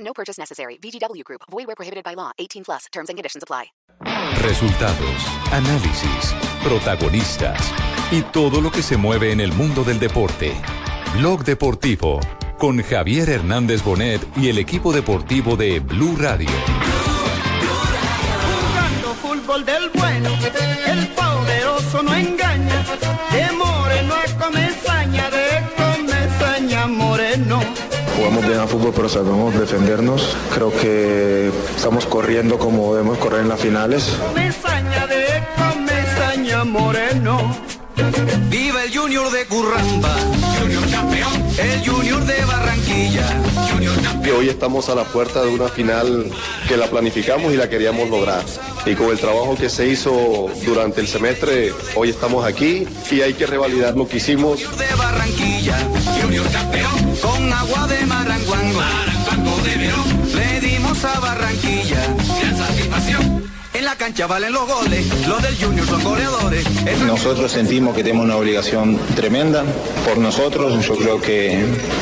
No purchase necessary. VGW Group. Void where prohibited by law. 18 plus. Terms and conditions apply. Resultados, análisis, protagonistas y todo lo que se mueve en el mundo del deporte. Blog Deportivo con Javier Hernández Bonet y el equipo deportivo de Blue Radio. Jugando fútbol del bueno, el poderoso no engaña. De Moreno a Comesaña, de Comesaña a Moreno. Jugamos bien a fútbol, pero sabemos defendernos. Creo que estamos corriendo como debemos correr en las finales. Comesaña de Comesaña a Moreno. Viva el Junior de Curramba, Junior campeón, el Junior de Barranquilla, Junior Y hoy estamos a la puerta de una final que la planificamos y la queríamos lograr. Y con el trabajo que se hizo durante el semestre, hoy estamos aquí y hay que revalidar lo que hicimos. de Barranquilla, Junior campeón, con agua de Maranguango, de Verón, le dimos a Barranquilla, gran satisfacción. En la cancha valen los goles, los del Junior son goleadores. Esto es Nosotros sentimos que tenemos una obligación tremenda por nosotros. Yo creo que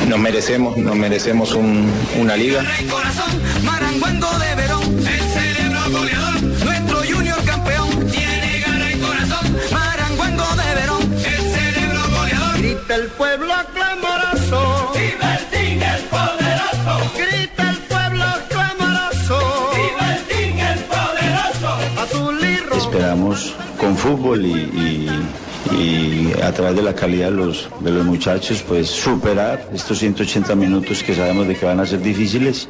nos merecemos, nos merecemos un- una liga. el corazón, Maranguango de Verón, el cerebro goleador, nuestro Junior campeón, tiene gana y corazón, Maranguango de Verón, el cerebro goleador. Grita el pueblo clamoroso, viva el Tigre el poderoso, grita el pueblo clamoroso, viva el Tigre el poderoso, azul y rojo. Esperamos con fútbol y, y- y a través de la calidad de los, de los muchachos, pues superar estos 180 minutos que sabemos de que van a ser difíciles.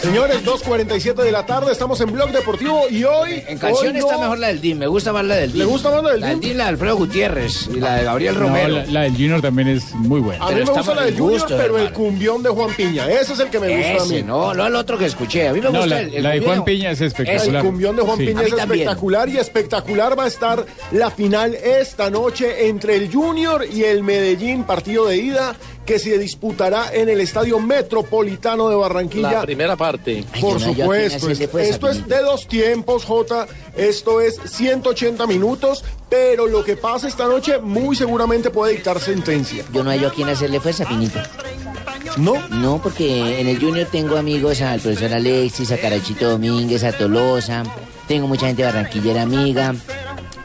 Señores, 2.47 de la tarde, estamos en Blog Deportivo y hoy... En canción hoy está no- mejor la del DIN, me gusta más la del DIN. ¿Le gusta más la del La DIN? la de Alfredo Gutiérrez y la de Gabriel Romero. la, la del Junior también es muy buena. A mí pero me está gusta la mal del Junior, gusto, pero el hermano. cumbión de Juan Piña, ese es el que me gusta a mí. Ese, no, no el otro que escuché. A mí me No, gusta la- el, el la de video. Juan Piña es El espectacular. Claro. cumbión de Juan Sí. Piña A es mí también. espectacular y espectacular va a estar la final esta noche entre el Junior y el Medellín, partido de ida que se disputará en el Estadio Metropolitano de Barranquilla. parte. Ay, Por yo no, yo supuesto, tenía ese esto, de esto es Sabinito. de dos tiempos, Jota. Esto es 180 minutos, pero lo que pasa esta noche muy seguramente puede dictar sentencia. Yo no hay yo a quién hacerle fuerza, Pinito. ¿No? No, porque en el Junior tengo amigos al profesor Alexis, a Carachito Domínguez, a Tolosa. Tengo mucha gente barranquillera amiga.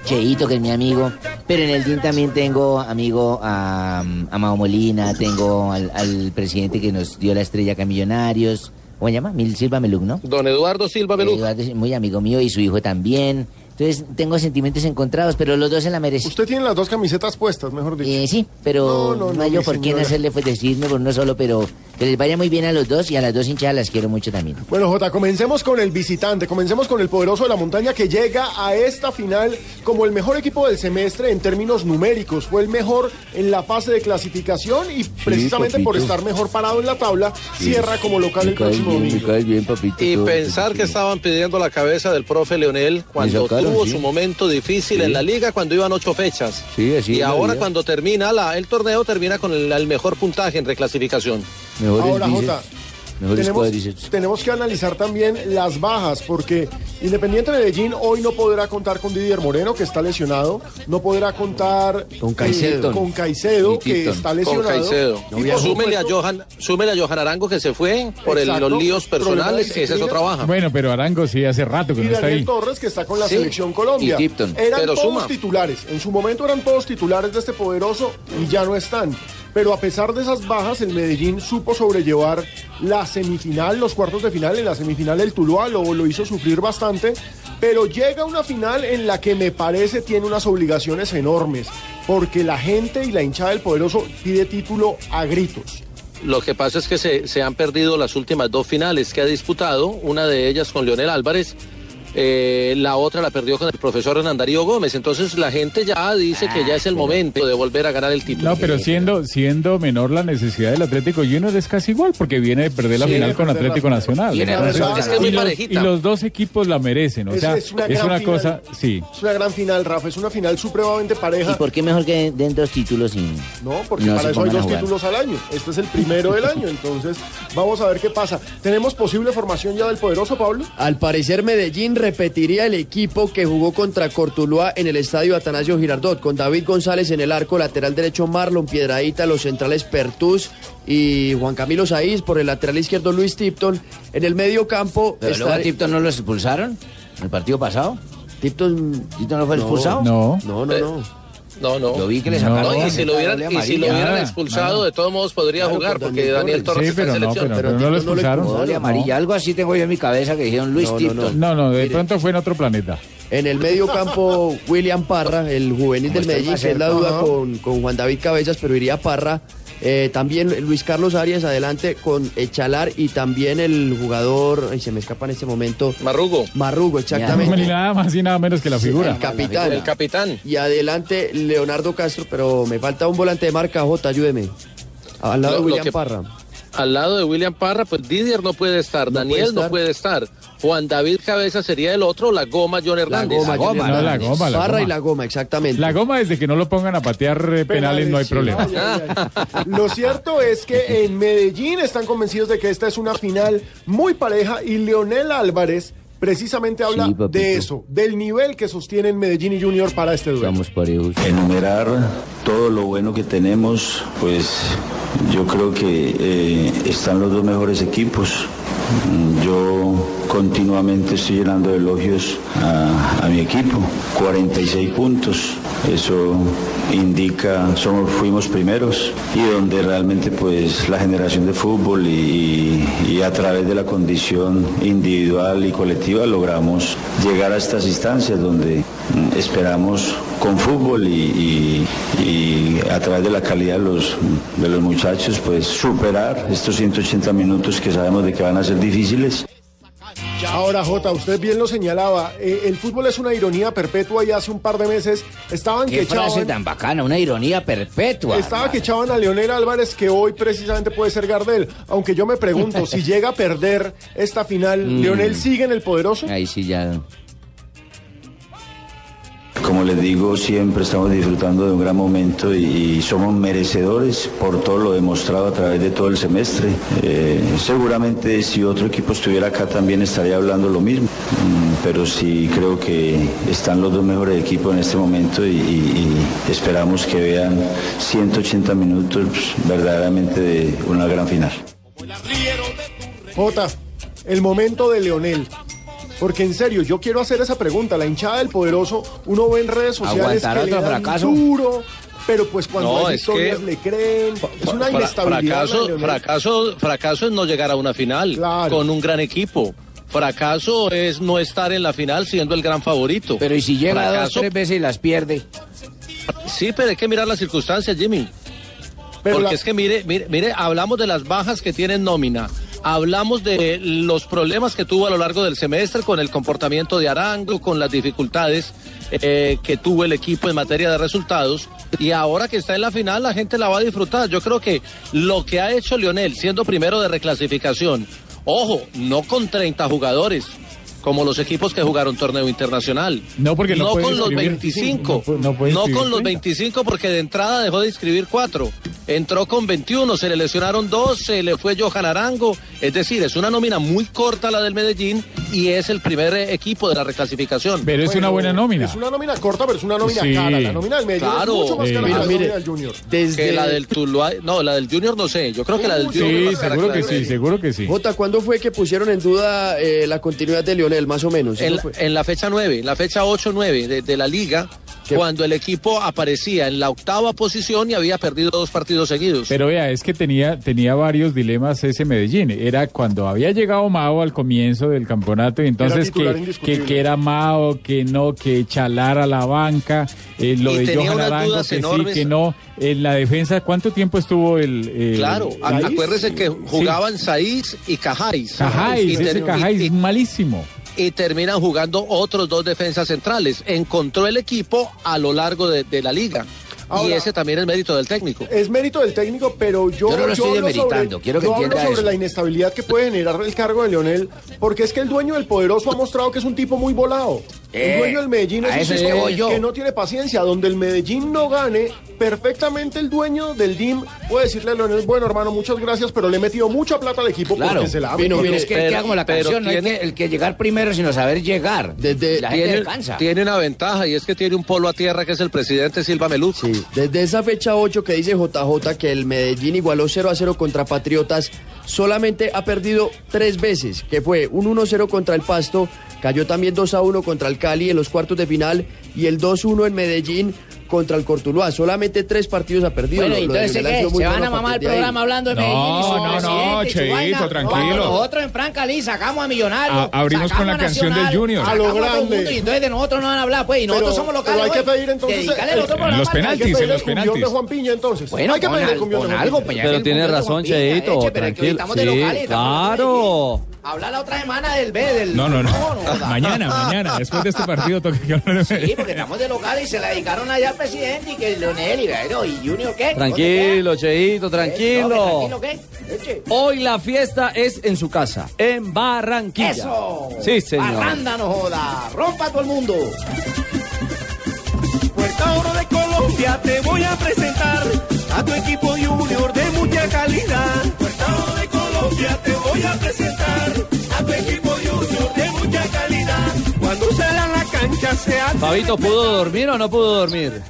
Cheito, que es mi amigo. Pero en el DIN también tengo amigo a, a Mao Molina, tengo al, al presidente que nos dio la estrella acá en Millonarios. ¿Cómo se llama? Mil Silva Meluc, ¿no? Don Eduardo Silva Eh, Beluga. Eduardo es muy amigo mío y su hijo también. Entonces tengo sentimientos encontrados, pero los dos se la merecen. Usted tiene las dos camisetas puestas, mejor dicho. Eh, sí, pero No, no, no, no, hay yo mi por quién señora. hacerle pues, decirme por uno solo, pero que les vaya muy bien a los dos y a las dos hinchadas las quiero mucho también. Bueno, Jota, comencemos con el visitante, comencemos con el poderoso de la montaña que llega a esta final como el mejor equipo del semestre en términos numéricos. Fue el mejor en la fase de clasificación y precisamente por papito. estar mejor parado en la tabla, cierra como local el próximo domingo. Y pensar que estaban pidiendo la cabeza del profe Leonel cuando sacaron, tuvo sí. su momento difícil en la liga, cuando iban ocho fechas. Sí, así y es la ahora vida. cuando termina la- el torneo, termina con el, el mejor puntaje en reclasificación. Ahora, Jota, tenemos, tenemos que analizar también las bajas, porque Independiente Medellín hoy no podrá contar con Didier Moreno, que está lesionado, no podrá contar eh, Con Caicedo. con Caicedo, Y que Tilton. está Con lesionado. Caicedo. Y por súmele, a supuesto, Johan, súmele a Johan Arango que se fue por el- Exacto, los líos problema de personales. disciplina. Esa es otra baja. Bueno, pero Arango sí hace rato que y no está Daniel ahí. Torres, que está con la Sí, selección Colombia. y Tipton. Eran Pero todos suma. titulares. En su momento eran todos titulares de este poderoso y ya no están. Pero a pesar de esas bajas, el Medellín supo sobrellevar la semifinal, los cuartos de final. En la semifinal el Tuluá lo, lo hizo sufrir bastante. Pero llega una final en la que me parece tiene unas obligaciones enormes. Porque la gente y la hinchada del poderoso pide título a gritos. Lo que pasa es que se, se han perdido las últimas dos finales que ha disputado, una de ellas con Leonel Álvarez eh, la otra la perdió con el profesor Hernandario Gómez. Entonces la gente ya dice que ya es el momento de volver a ganar el título. No, pero siendo, siendo menor la necesidad del Atlético Junior es casi igual, porque viene de perder la Sí, final con perder la Atlético final. Nacional. Tiene razón, Entonces, es que es muy y los- parejita. Y los dos equipos la merecen, o Es- sea, es es una una, gran final. cosa, sí. Es una gran final, Rafa, es una final supremamente pareja. ¿Y por qué mejor que den dos títulos y No, porque No para se eso hay pongan a dos jugar. títulos al año. Este es el primero del año, entonces vamos a ver qué pasa. ¿Tenemos posible formación ya del poderoso, Pablo? Al parecer, Medellín repetiría el equipo que jugó contra Cortuluá en el estadio Atanasio Girardot, con David González en el arco, lateral derecho Marlon Piedraíta, los centrales Pertús y Juan Camilo Saiz, por el lateral izquierdo Luis Tipton. En el medio campo. Pero luego a Tipton no lo expulsaron el partido pasado. Tipton, no fue expulsado? No. No, no, no. No, no. Lo vi que le No, sacaron. y si lo hubieran, y si lo hubieran expulsado, de todos modos podría jugar, porque Daniel Torres está en selección. Doble amarilla, algo así tengo yo en mi cabeza que dijeron Luis No, no, Tipton. No, no, de pronto fue en otro planeta. En el medio campo, William Parra, el juvenil del está el Medellín, más que es la cerca, duda ¿no? con, con Juan David Cabezas, pero iría Parra. Eh, también Luis Carlos Arias adelante con Echalar y también el jugador, ay, se me escapa en este momento. Marrugo. No, Marrugo, ni exactamente. nada más y nada menos que la Sí, figura. el capitán. El capitán. Y adelante Leonardo Castro, pero me falta un volante de marca, J, ayúdeme. Al lado Lo- de lo William que- Parra. Al lado de William Parra, pues Didier no puede estar, Daniel puede estar. no puede estar, Juan David Cabeza sería el otro, la goma John Hernández. goma, John Ah, No, la goma, la Parra goma. y la goma, exactamente. La goma desde que no lo pongan a patear eh, penales, no hay sí, problema. ay, ay, ay. Lo cierto es que en Medellín están convencidos de que esta es una final muy pareja y Leonel Álvarez precisamente habla Sí, papito. de eso, del nivel que sostienen Medellín y Junior para este duelo. Enumerar todo lo bueno que tenemos, pues yo creo que eh, están los dos mejores equipos. Mm, Yo continuamente estoy llenando de elogios a, a mi equipo. 46 puntos, eso indica, somos, fuimos primeros y donde realmente pues la generación de fútbol y, y a través de la condición individual y colectiva logramos llegar a estas instancias donde mm, esperamos con fútbol y, y- y a través de la calidad de los, de los muchachos pues superar estos 180 minutos que sabemos de que van a ser difíciles. Ahora, Jota, usted bien lo señalaba, eh, el fútbol es una ironía perpetua y hace un par de meses estaban que Qué frase echaban... tan bacana, una ironía perpetua. Estaba que echaban a Leonel Álvarez, que hoy precisamente puede ser Gardel. Aunque yo me pregunto, si llega a perder esta final, Mm. ¿Leonel sigue en el poderoso? Ahí sí ya. Como les digo, siempre estamos disfrutando de un gran momento y, y somos merecedores por todo lo demostrado a través de todo el semestre. Eh, seguramente si otro equipo estuviera acá también estaría hablando lo mismo, Mm, pero sí creo que están los dos mejores equipos en este momento y, y- y esperamos que vean 180 minutos verdaderamente de una gran final. Jota, el momento de Leonel. Porque en serio, yo quiero hacer esa pregunta. La hinchada del poderoso, uno ve en redes sociales ¿Aguantará que le otro dan fracaso? duro, pero pues cuando No, hay es historias que- le creen. Es una Fra- inestabilidad. la de Fracaso, Leonel. fracaso, fracaso es no llegar a una final con un gran equipo. Fracaso es no estar en la final siendo el gran favorito. Pero y si llega dos, tres veces y las pierde. Sí, pero hay que mirar las circunstancias, Jimmy. Pero Porque la- es que mire, mire, mire, hablamos de las bajas que tienen nómina, hablamos de los problemas que tuvo a lo largo del semestre con el comportamiento de Arango, con las dificultades eh, que tuvo el equipo en materia de resultados, y ahora que está en la final la gente la va a disfrutar. Yo creo que lo que ha hecho Lionel siendo primero de reclasificación, ojo, no con 30 jugadores, como los equipos que jugaron torneo internacional, No, porque no puede con los inscribir- no 25, pu- no puede no inscribir con los 30. 25 porque de entrada dejó de inscribir cuatro. Entró con 21, se le lesionaron dos, se le fue Johan Arango. Es decir, es una nómina muy corta la del Medellín y es el primer eh, equipo de la reclasificación. Pero es una buena nómina. Es una nómina corta, pero es una nómina Sí. cara. La nómina del Medellín Claro. es mucho más Sí. cara que Mira, la mire, nómina del Junior. Que la del Tuluá, no, la del Junior no sé, yo creo que la del Junior. Sí, es más cara seguro la que del sí, Medellín. seguro que sí. Jota, ¿cuándo fue que pusieron en duda eh, la continuidad de Lionel, más o menos? En, Eso la- fue. en la fecha 9, en la fecha 8-9 de, de la liga, cuando el equipo aparecía en la octava posición y había perdido dos partidos seguidos. Pero vea, es que tenía, tenía varios dilemas ese Medellín. Era cuando había llegado Mao al comienzo del campeonato y entonces titular que, indiscutible. que, que era Mao, que no, que Chalar a la banca, eh, lo Y de tenía Johan unas Arango, dudas que sí, enormes. que no. En la defensa, ¿cuánto tiempo estuvo el... el- Claro, a- el- acuérdense que jugaban Saiz y Cajáis. Cajáis, Y ten- ese y- Cajáis, y- malísimo. y terminan jugando otros dos defensas centrales. Encontró el equipo a lo largo de, de la liga. y Ahora- ese también es mérito del técnico. Es mérito del técnico, pero yo, Yo no lo estoy hablo demeritando, sobre, quiero que yo hablo entienda sobre eso. la inestabilidad que puede generar el cargo de Leonel, porque es que el dueño del poderoso ha mostrado que es un tipo muy volado. Eh, el dueño del Medellín a es eso un tipo llevo yo. que no tiene paciencia. Donde el Medellín no gane, perfectamente el dueño del DIM puede decirle a Leonel, bueno hermano, muchas gracias, pero le he metido mucha plata al equipo porque se la ha Pero, metido". es que queda como la canción, no hay que, el que llegar primero, sino saber llegar. la gente tiene, alcanza. tiene una ventaja y es que tiene un polo a tierra que es el presidente Silva Melut. Desde esa fecha 8 que dice JJ que el Medellín igualó 0 a 0 contra Patriotas, solamente ha perdido tres veces, que fue un 1-0 contra el Pasto, cayó también 2 a 1 contra el Cali en los cuartos de final y el 2-1 en Medellín contra el Cortuluá. Solamente tres partidos ha perdido. Bueno, Lo- ¿y lo de entonces Leonel ha qué? sido muy ¿Se van bueno a mamar el partir de ahí. programa hablando de Medellín y su No, no, no, presidente y su Cheito, vaina? No, tranquilo. nosotros en Francalí sacamos a Millonarios. A- abrimos sacamos con la a canción del Nacional, Junior. sacamos A lo todo el grande. mundo Y entonces de nosotros no van a hablar, pues, y nosotros somos pues, locales. Pero hay que güey. pedir entonces. Dedícale al el- otro programa, hay que Marco. pedir el cumbión de Juan Piña entonces. Bueno, hay que pon pedir el al- cumbión de pon Juan algo, Piña. pues, ya Pero tiene razón, Cheito, Eche, pero es que hoy tranquilo. estamos de locales, Sí, estamos de claro. Habla la otra semana del B, del... No, no, no. joda. Mañana, mañana, después de este partido toca que hablar de Sí, porque estamos de locales y se la dedicaron allá al presidente y que Leonel y, bueno, y Junior, ¿qué? Tranquilo, Cheito, ¿Tranquilo tranquilo. qué? Eche. Hoy la fiesta es en su casa, en Barranquilla. ¡Eso! Sí, señor. Barranda no joda! ¡Rompa todo el mundo! Puerta Oro de Colombia te voy a presentar a tu equipo junior de mucha calidad. Puerta Oro de Colombia te voy a presentar a tu equipo junior de mucha calidad. Cuando se da la cancha se hace. Fabito, ¿pudo dormir o no pudo dormir?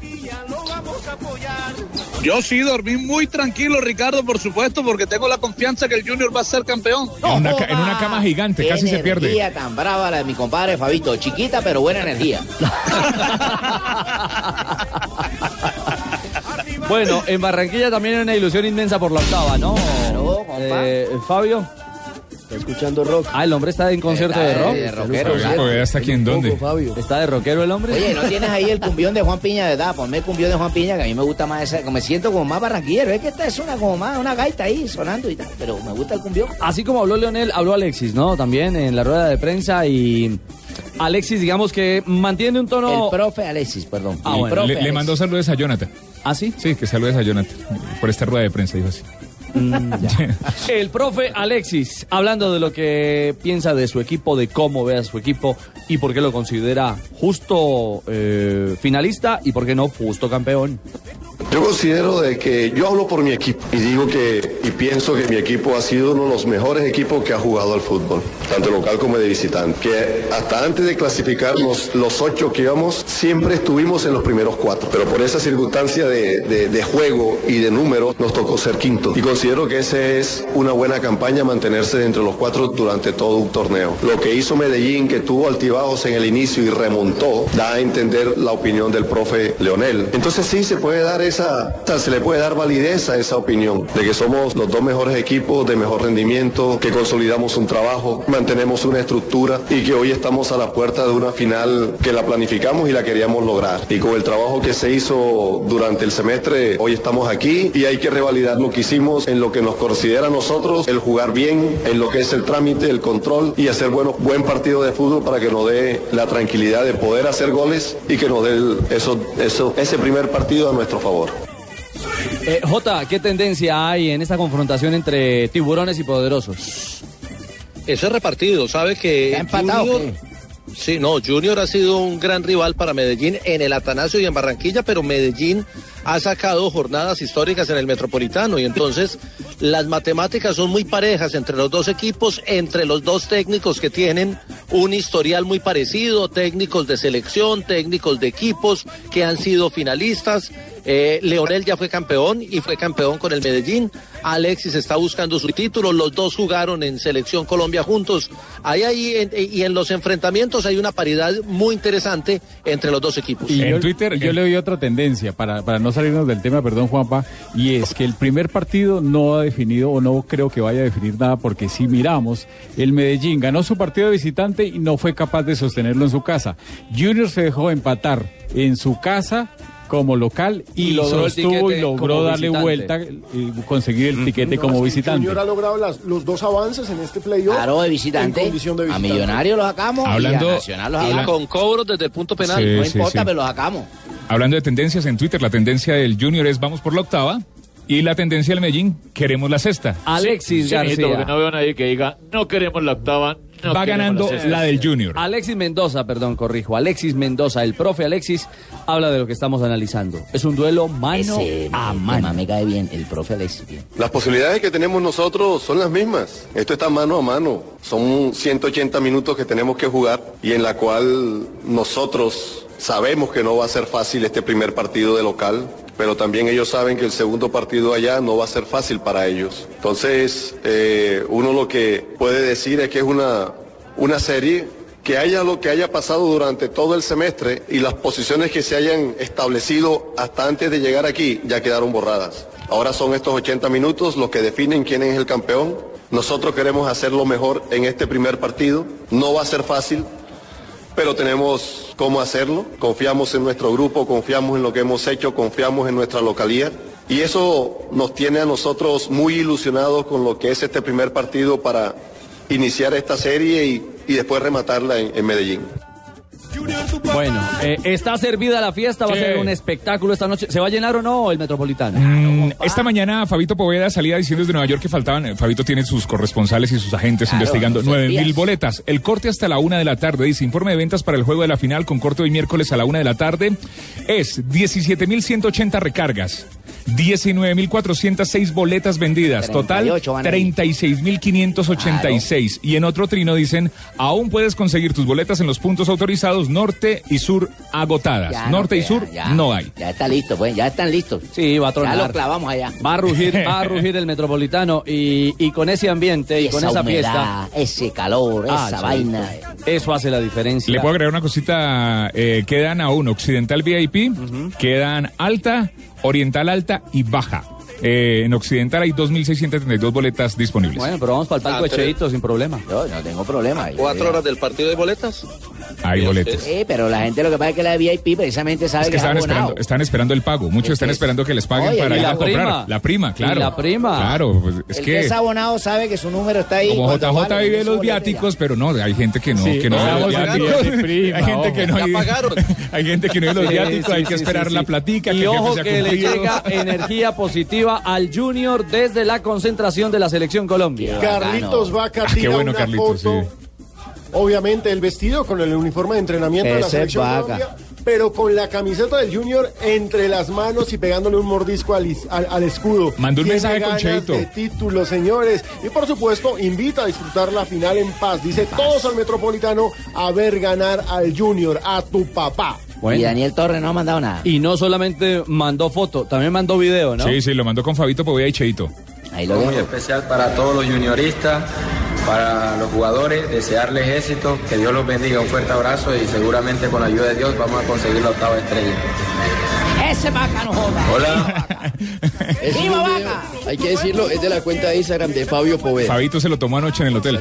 Yo sí dormí muy tranquilo, Ricardo, por supuesto, porque tengo la confianza que el Junior va a ser campeón. En una, ca- en una cama gigante, Qué casi se pierde. energía tan brava la de mi compadre Fabito. Chiquita, pero buena energía. Bueno, en Barranquilla también hay una ilusión inmensa por la octava, ¿no? Eh, Fabio. Está escuchando rock. Ah, el hombre está en concierto de rock. Oye, ¿hasta aquí en dónde? ¿Está de rockero el hombre? Oye, ¿no tienes ahí el cumbión de Juan Piña, de verdad? Ponme el cumbión de Juan Piña, que a mí me gusta más esa, que me siento como más barranquillero. Es que esta es una como más, una gaita ahí sonando y tal, pero me gusta el cumbión. Así como habló Leonel, habló Alexis, ¿no? También en la rueda de prensa y Alexis, digamos que mantiene un tono... El profe Alexis, perdón. Ah, El bueno, profe Le, le Alexis. mandó saludos a Jonathan. ¿Ah, sí? Sí, que saludes a Jonathan. Por esta rueda de prensa, dijo así. El profe Alexis, hablando de lo que piensa de su equipo, de cómo ve a su equipo y por qué lo considera justo eh, finalista y por qué no justo campeón. Yo considero de que yo hablo por mi equipo y digo que y pienso que mi equipo ha sido uno de los mejores equipos que ha jugado al fútbol, tanto local como de visitante. Que hasta antes de clasificarnos los ocho que íbamos, siempre estuvimos en los primeros cuatro. Pero por esa circunstancia de, de- de juego y de número, nos tocó ser quinto. Y considero que esa es una buena campaña mantenerse entre los cuatro durante todo un torneo. Lo que hizo Medellín, que tuvo altibajos en el inicio y remontó, da a entender la opinión del profe Leonel. Entonces sí se puede dar esa, o sea, se le puede dar validez a esa opinión de que somos los dos mejores equipos de mejor rendimiento, que consolidamos un trabajo, mantenemos una estructura y que hoy estamos a la puerta de una final que la planificamos y la queríamos lograr. Y con el trabajo que se hizo durante el semestre, hoy estamos aquí y hay que revalidar lo que hicimos en lo que nos considera a nosotros el jugar bien, en lo que es el trámite, el control y hacer buenos, buen partido de fútbol para que nos dé la tranquilidad de poder hacer goles y que nos dé el- eso, eso, ese primer partido a nuestro favor. Eh, Jota, ¿qué tendencia hay en esta confrontación entre tiburones y poderosos? Eso es repartido, ¿sabe que empatado o Junior- Sí, no, Junior ha sido un gran rival para Medellín en el Atanasio y en Barranquilla, pero Medellín ha sacado jornadas históricas en el Metropolitano y entonces las matemáticas son muy parejas entre los dos equipos, entre los dos técnicos que tienen un historial muy parecido, técnicos de selección, técnicos de equipos que han sido finalistas. Eh, Leonel ya fue campeón y fue campeón con el Medellín. Alexis está buscando su título. Los dos jugaron en Selección Colombia juntos. Ahí, ahí en- eh, y en los enfrentamientos hay una paridad muy interesante entre los dos equipos. en Twitter eh. yo le doy otra tendencia para, para no salirnos del tema, perdón Juanpa, y es que el primer partido no ha definido o no creo que vaya a definir nada porque si miramos, el Medellín ganó su partido de visitante y no fue capaz de sostenerlo en su casa. Junior se dejó empatar en su casa como local y, Y logró el sostuvo y tiquete logró como darle visitante. vuelta y conseguir el tiquete No, es como que visitante. Junior ha logrado las- los dos avances en este playoff. Claro, de visitante. En condición de visitante. Millonarios lo sacamos Hablando- y a Nacional lo Y sacamos. con cobros desde el punto penal. Sí, no sí, importa, sí. pero lo sacamos. Hablando de tendencias en Twitter, la tendencia del Junior es vamos por la octava y la tendencia del Medellín, queremos la sexta. Alexis García. porque no veo a nadie que diga, no queremos la octava. no Va queremos ganando sexta". la del Junior. Alexis Mendoza, perdón, corrijo. Alexis Mendoza, el profe Alexis, habla de lo que estamos analizando. Es un duelo mano a mano. Me cae bien el profe Alexis. Las posibilidades que tenemos nosotros son las mismas. Esto está mano a mano. Son 180 minutos que tenemos que jugar y en la cual nosotros sabemos que no va a ser fácil este primer partido de local, pero también ellos saben que el segundo partido allá no va a ser fácil para ellos. Entonces, eh, uno lo que puede decir es que es una, una serie que haya lo que haya pasado durante todo el semestre y las posiciones que se hayan establecido hasta antes de llegar aquí ya quedaron borradas. Ahora son estos 80 minutos los que definen quién es el campeón. Nosotros queremos hacer lo mejor en este primer partido. No va a ser fácil, pero tenemos cómo hacerlo. Confiamos en nuestro grupo, confiamos en lo que hemos hecho, confiamos en nuestra localidad. Y eso nos tiene a nosotros muy ilusionados con lo que es este primer partido para iniciar esta serie y, y después rematarla en- en Medellín. Bueno, eh, está servida la fiesta, va a Sí. ser un espectáculo esta noche. ¿Se va a llenar o no el Metropolitano? Mm, Esta mañana Fabito Poveda salía diciendo desde Nueva York que faltaban. eh, Fabito tiene sus corresponsales y sus agentes Claro, investigando no se nueve mil olvidas. boletas. El corte hasta la una de la tarde, dice informe de ventas para el juego de la final con corte hoy miércoles a la una de la tarde. Es 17.180 recargas, 19.406 boletas vendidas, total 38 van a ir. 36.586. Y en otro trino dicen, aún puedes conseguir tus boletas en los puntos autorizados norte y sur agotadas. Ya no norte y queda, sur ya. no hay. Ya está listo, pues, ya están listos. Sí, va a tronar. Ya lo clavamos allá. Va a rugir, va a rugir el Metropolitano y, y con ese ambiente y, Esa con esa humedad, fiesta. Ese calor, esa vaina. Eso hace la diferencia. Le puedo agregar una cosita. eh, quedan aún Occidental VIP, quedan Alta, Oriental Alta y Baja. Eh, en Occidental hay 2.632 boletas disponibles. Bueno, pero vamos para el palco de Ah, tres. Cheito sin problema. Yo no tengo problema. ¿Cuatro horas del partido de boletas? hay boletas. Sí, pero la gente lo que pasa es que la de VIP precisamente sabe Es que estaban está Eh, abonado. esperando, están esperando el pago. Muchos están esperando que les paguen Oye, para y ir la a comprar. prima. La prima, claro. Y la prima. Claro, pues, es el que, que. es abonado sabe que su número está ahí. Como cuando JJ vale, vive su los boleto viáticos, pero no, hay gente que no, Sí, que no no, vive los ya viáticos. tiene prima, hay gente que no ojo. Ya vive- Hay gente que no vive los Sí, viáticos, sí, hay que sí, esperar sí, la sí. platica. Y que el jefe ojo sea que le cumplido. llega energía positiva al Junior desde la concentración de la Selección Colombia. Carlitos Vaca Ah, qué tira bueno, una Carlitos, foto, sí. obviamente el vestido con el uniforme de entrenamiento de la Ese selección Vaca. Colombia, pero con la camiseta del Junior entre las manos y pegándole un mordisco al, is- al- al escudo. Mandó un Tiene mensaje con ganas Cheito. de título, señores. Y por supuesto, invita a disfrutar la final en paz. Dice todos al Metropolitano a ver ganar al Junior, a tu papá. Bueno. Y Daniel Torres no ha mandado nada. Y no solamente mandó foto, también mandó video, ¿no? Sí, sí, lo mandó con Fabito Poveda y Cheito. Ahí Muy especial para todos los junioristas, para los jugadores, desearles éxito, que Dios los bendiga, un fuerte abrazo y seguramente con la ayuda de Dios vamos a conseguir la octava estrella. Ese vaca no joda. Hola, Es un ¡Viva video, Hay que decirlo, es de la cuenta de Instagram de Fabio Poveda. Fabito se lo tomó anoche en el hotel.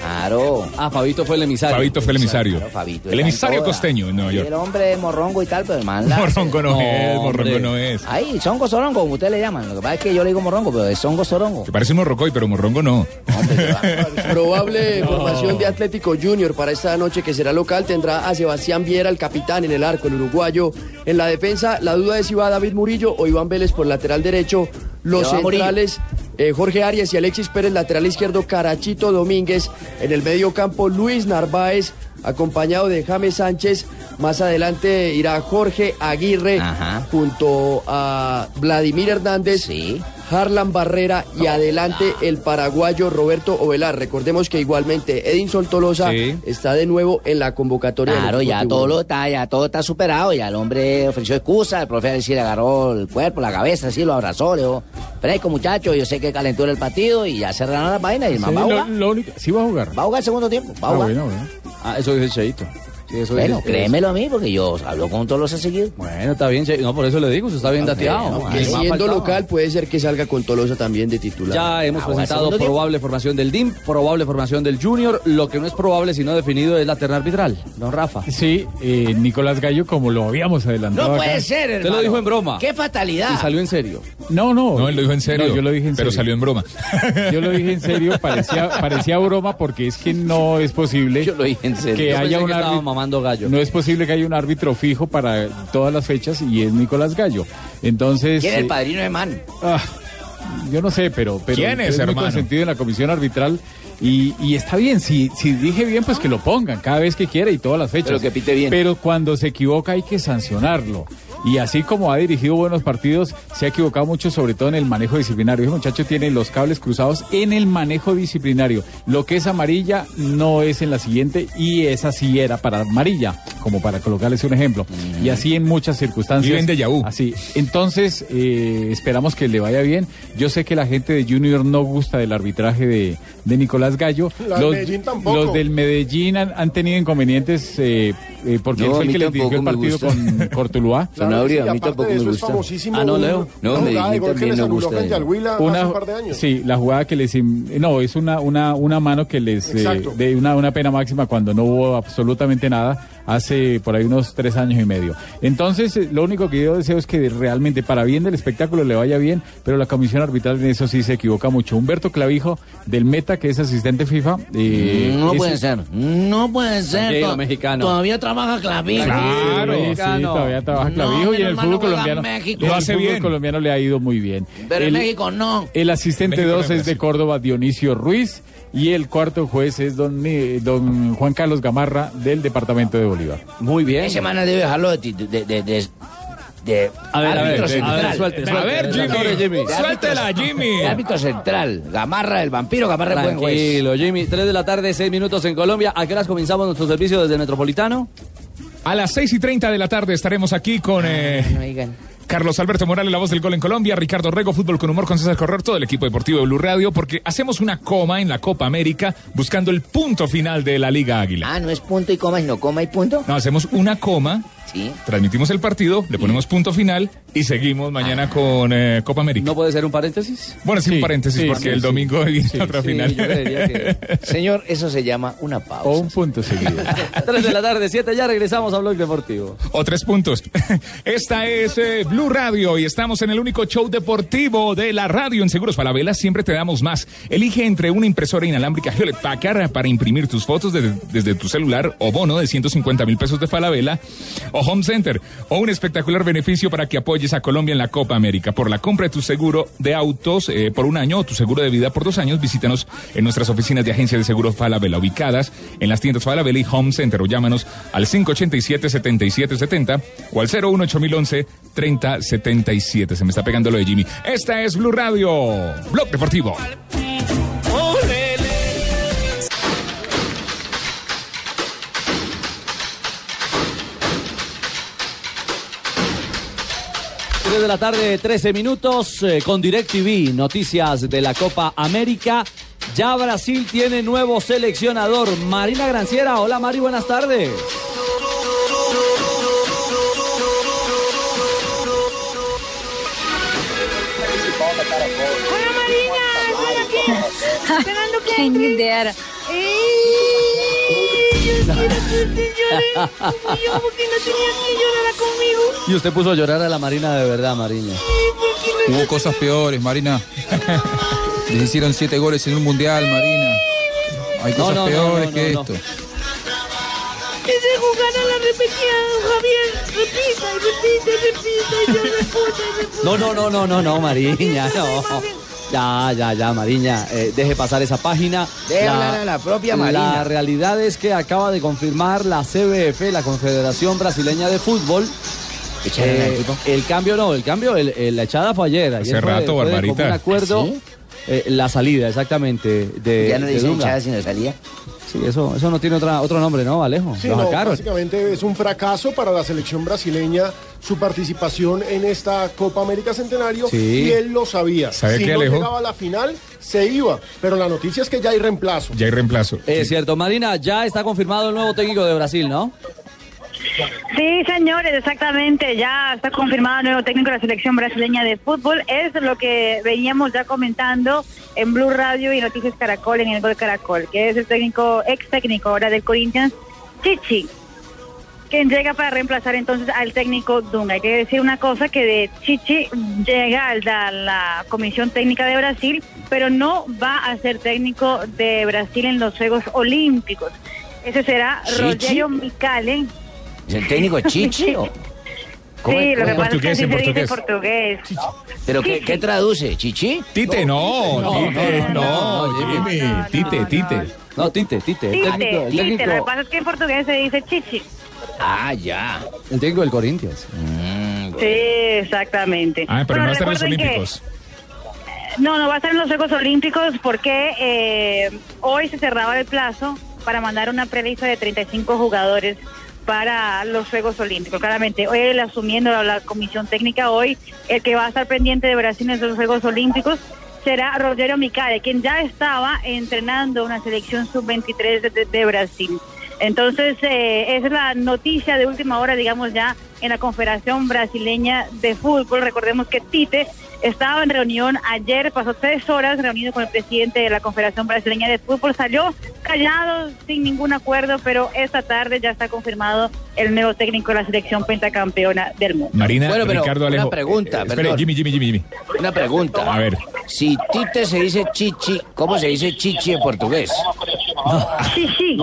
Claro. Ah, Fabito fue el emisario. Fabito fue el emisario. el está en emisario todas. costeño en Nueva Y York. el hombre es morrongo y tal, pero el man la- Morrongo no, es, morrongo no es. Ahí, songo sorongo, como ustedes le llaman. Lo que pasa es que yo le digo morrongo, pero es songo sorongo. Que parece un morrocoy, pero morrongo no. Probable formación de Atlético Junior para esta noche que será local tendrá a Sebastián Viera, el capitán en el arco, el uruguayo. En la defensa, la duda es si va David Murillo o Iván Vélez por lateral derecho. Los Se va Murillo. centrales, eh, Jorge Arias y Alexis Pérez, lateral izquierdo, Carachito Domínguez. En el medio campo, Luis Narváez, acompañado de James Sánchez. Más adelante irá Jorge Aguirre junto a Vladimir Hernández. Harlan Barrera y adelante el paraguayo Roberto Ovelar. Recordemos que igualmente Edinson Tolosa Sí. está de nuevo en la convocatoria. del Claro, ya Deportivo todo lo está, ya todo está superado, ya el hombre ofreció excusa, el profe sí le agarró el cuerpo, la cabeza, sí, lo abrazó, le dijo, fresco muchacho, yo sé que calentura el partido y ya cerraron las vainas y el man Sí, va a lo- jugar, lo único- sí va a jugar. va a jugar el segundo tiempo, va a Ah, jugar. bueno, bueno. Ah, eso dice Cheito. eso bueno, es- créemelo a mí, porque yo hablo con todos los he seguido. Bueno, está bien, che- no, por eso le digo, usted está bien dateado. Que Además, siendo faltaba. local puede ser que salga con Tolosa también de titular. Ya hemos presentado probable formación del DIM, probable formación del Junior. Lo que no es probable, sino definido, es la terna arbitral. Don Rafa. Sí, eh, Nicolás Gallo, como lo habíamos adelantado. No acá. puede ser, Usted lo hermano. dijo en broma. Qué fatalidad! Y salió en serio. No, no. No, él lo dijo en serio. No, yo lo dije en Pero serio. salió en broma. Yo lo dije en serio, parecía, parecía broma porque es que no es posible que Yo pensé haya un que estaba árbitro. mamando gallo. No es posible que haya un árbitro fijo para todas las fechas y es Nicolás Gallo. Entonces. ¿Quién es el eh, padrino de Man? Ah, yo no sé, pero, pero ¿Quién es, muy hermano? consentido en la comisión arbitral y, y está bien, si, si dije bien, pues que lo pongan cada vez que quiera y todas las fechas. Pero que pite bien. Pero cuando se equivoca hay que sancionarlo. Y así como ha dirigido buenos partidos, se ha equivocado mucho, sobre todo en el manejo disciplinario. Ese muchacho tiene los cables cruzados en el manejo disciplinario. Lo que es amarilla no es en la siguiente y esa sí era para amarilla, como para colocarles un ejemplo. Y así en muchas circunstancias. Viven de Yahoo. Así. Entonces, eh, esperamos que le vaya bien. Yo sé que la gente de Junior no gusta del arbitraje de, de Nicolás Gallo. La de Medellín tampoco. los del Medellín han, han tenido inconvenientes eh, eh, porque No, él a fue el mí que les dirigió el tampoco me partido con Cortuluá. Claro, Sanabria, sí, a mí aparte tampoco de me eso es gusta. famosísimo Ah, no, un- Leo. No, una jugada Medellín de gol que también les no anuló gusta frente de él. al Huila hace Una- un par de años. Sí, la jugada que les... im- No, es una, una, una mano que les... eh, Exacto. de una, una pena máxima cuando no hubo absolutamente nada hace por ahí unos tres años y medio. Entonces, eh, lo único que yo deseo es que realmente para bien del espectáculo le vaya bien, pero la comisión arbitral en eso sí se equivoca mucho. Humberto Clavijo del Meta, que es asistente FIFA... eh, no ese- puede ser, no puede ser. Tranquilo, to- mexicano. Todavía trabaja Clavijo. Claro, sí, todavía trabaja clavijo y en el menos mal no fútbol juega colombiano México. en el fútbol colombiano le ha ido muy bien. Pero el, Eh, en México no. el asistente México no 2 es es de Córdoba Dionisio Ruiz y el cuarto juez es don, eh, don Juan Carlos Gamarra del departamento de Bolívar. Muy bien. Ese man debe dejarlo de... de, de, de, de- de A ver, a ver, árbitro a ver, central. a ver, suelte, suelte. A ver, Jimmy, De árbitro- Jimmy. de árbitro- Suéltela, Jimmy. de árbitro central. Gamarra, el vampiro, Gamarra, el buen juez. Tranquilo, Jimmy. 3 de la tarde, 6 minutos en Colombia. ¿A qué horas comenzamos nuestro servicio desde el Metropolitano? A las 6 y 30 de la tarde estaremos aquí con eh, Carlos Alberto Morales, la voz del gol en Colombia, Ricardo Rego, fútbol con humor con César Correr, todo el equipo deportivo de Blue Radio, porque hacemos una coma en la Copa América buscando el punto final de la Liga Águila. Ah, no es punto y coma, sino coma y punto. No, hacemos una coma, transmitimos el partido, le ponemos punto final y seguimos mañana Ah. con eh, Copa América. ¿No puede ser un paréntesis? Bueno, sí, un paréntesis, porque el domingo viene otra final. Señor, eso se llama una pausa. un punto seguido. 3 de la tarde, 7. Ya regresamos a Blog Deportivo. O Oh, tres puntos. Esta es eh, Blue Radio y estamos en el único show deportivo de la radio. En Seguros Falabella siempre te damos más. Elige entre una impresora inalámbrica Hewlett Packard para imprimir tus fotos desde, desde tu celular o bono de 150 mil pesos de Falabella o Home Center o un espectacular beneficio para que apoyes a Colombia en la Copa América. Por la compra de tu seguro de autos eh, por un año o tu seguro de vida por dos años, visítanos en nuestras oficinas de agencia de seguros Falabella ubicadas en las tiendas Falabella y Home Center o llámanos al 587-7770 o al 018-1011-3077. Se me está pegando lo de Jimmy. Esta es Blue Radio, Blog Deportivo. Tres de la tarde, 13 minutos, eh, con DirecTV, noticias de la Copa América. Ya Brasil tiene nuevo seleccionador, Marina Granciera. Hola Mari, buenas tardes. Hola Marina, estoy aquí esperando que ¿Quién me diera? ¡Ey! Yo quiero que usted llore. Y yo porque no tenía que llorar conmigo. Y usted puso a llorar a la Marina de verdad, Marina. Hubo cosas peores, Marina. Les hicieron siete goles en un mundial, Marina. Hay No, cosas no, no, peores no, que no, esto. Que se jugara la repetida, Javier. Repita y repita y repita y yo reputa y reputa. No, no, no, no, no, no, Mariña, no. Ya, ya, ya, Mariña, eh, deje pasar esa página. Deje hablar a la propia Mariña. La realidad es que acaba de confirmar la CBF, la Confederación Brasileña de Fútbol. Eh, ¿Echaron al equipo? el cambio no, el cambio, el- el- la echada fue ayer. ayer Hace fue- rato, fue de Barbarita. común acuerdo, ¿Sí? eh, la salida, exactamente. De, Ya no de dicen Dunga. echada, sino salida. Sí, eso, eso no tiene otra, otro nombre, ¿no, Alejo? Sí, Lo no, sacaron. pues, básicamente es un fracaso para la selección brasileña su participación en esta Copa América Centenario Sí. y él lo sabía. ¿Sabe si qué, no Alejo? llegaba a la final, se iba. Pero la noticia es que ya hay reemplazo. Ya hay reemplazo. Es cierto, Marina, ya está confirmado el nuevo técnico de Brasil, ¿no? Sí, señores, exactamente. Ya está confirmado el nuevo técnico de la selección brasileña de fútbol. Es lo que veníamos ya comentando en Blue Radio y Noticias Caracol en el Gol Caracol, que es el técnico, ex técnico ahora del Corinthians, Chichi, quien llega para reemplazar entonces al técnico Dunga. Hay que decir una cosa, que de Chichi llega a la, la Comisión Técnica de Brasil, pero no va a ser técnico de Brasil en los Juegos Olímpicos. Ese será ¿Chichi? Rogério Micali. ¿Es el técnico Chichi o- ¿Cómo Sí, es- lo cómo que es? pasa es que así se dice en portugués. ¿Pero qué, qué traduce? ¿Chichi? Tite, no, Tite, no, Jimmy, Tite, Tite. No, Tite, Tite. Tite, el técnico, el tite, técnico- Lo que pasa es que en portugués se dice chichi. Ah, ya. El técnico del Corinthians. Sí, exactamente. Ah, pero Bueno, no están en los recuerden que- Olímpicos. No, no va a estar en los Juegos Olímpicos porque eh, hoy se cerraba el plazo para mandar una prelista de 35 jugadores para los Juegos Olímpicos. Claramente, hoy él asumiendo la, la comisión técnica, hoy el que va a estar pendiente de Brasil en los Juegos Olímpicos será Rogerio Micale, quien ya estaba entrenando una selección sub-23 de, de- de Brasil. Entonces, eh, es la noticia de última hora, digamos ya, en la Confederación Brasileña de Fútbol. Recordemos que Tite estaba en reunión ayer, pasó tres horas reunido con el presidente de la Confederación Brasileña de Fútbol, salió callado, sin ningún acuerdo, pero esta tarde ya está confirmado el nuevo técnico de la selección pentacampeona del mundo. Marina, Bueno, pero Ricardo una Alejo. eh, pregunta, espere, perdón. Jimmy, Jimmy, Jimmy, Jimmy. Una pregunta. A ver. Si Tite se dice Chichi, ¿cómo se dice Chichi en portugués? Chichi.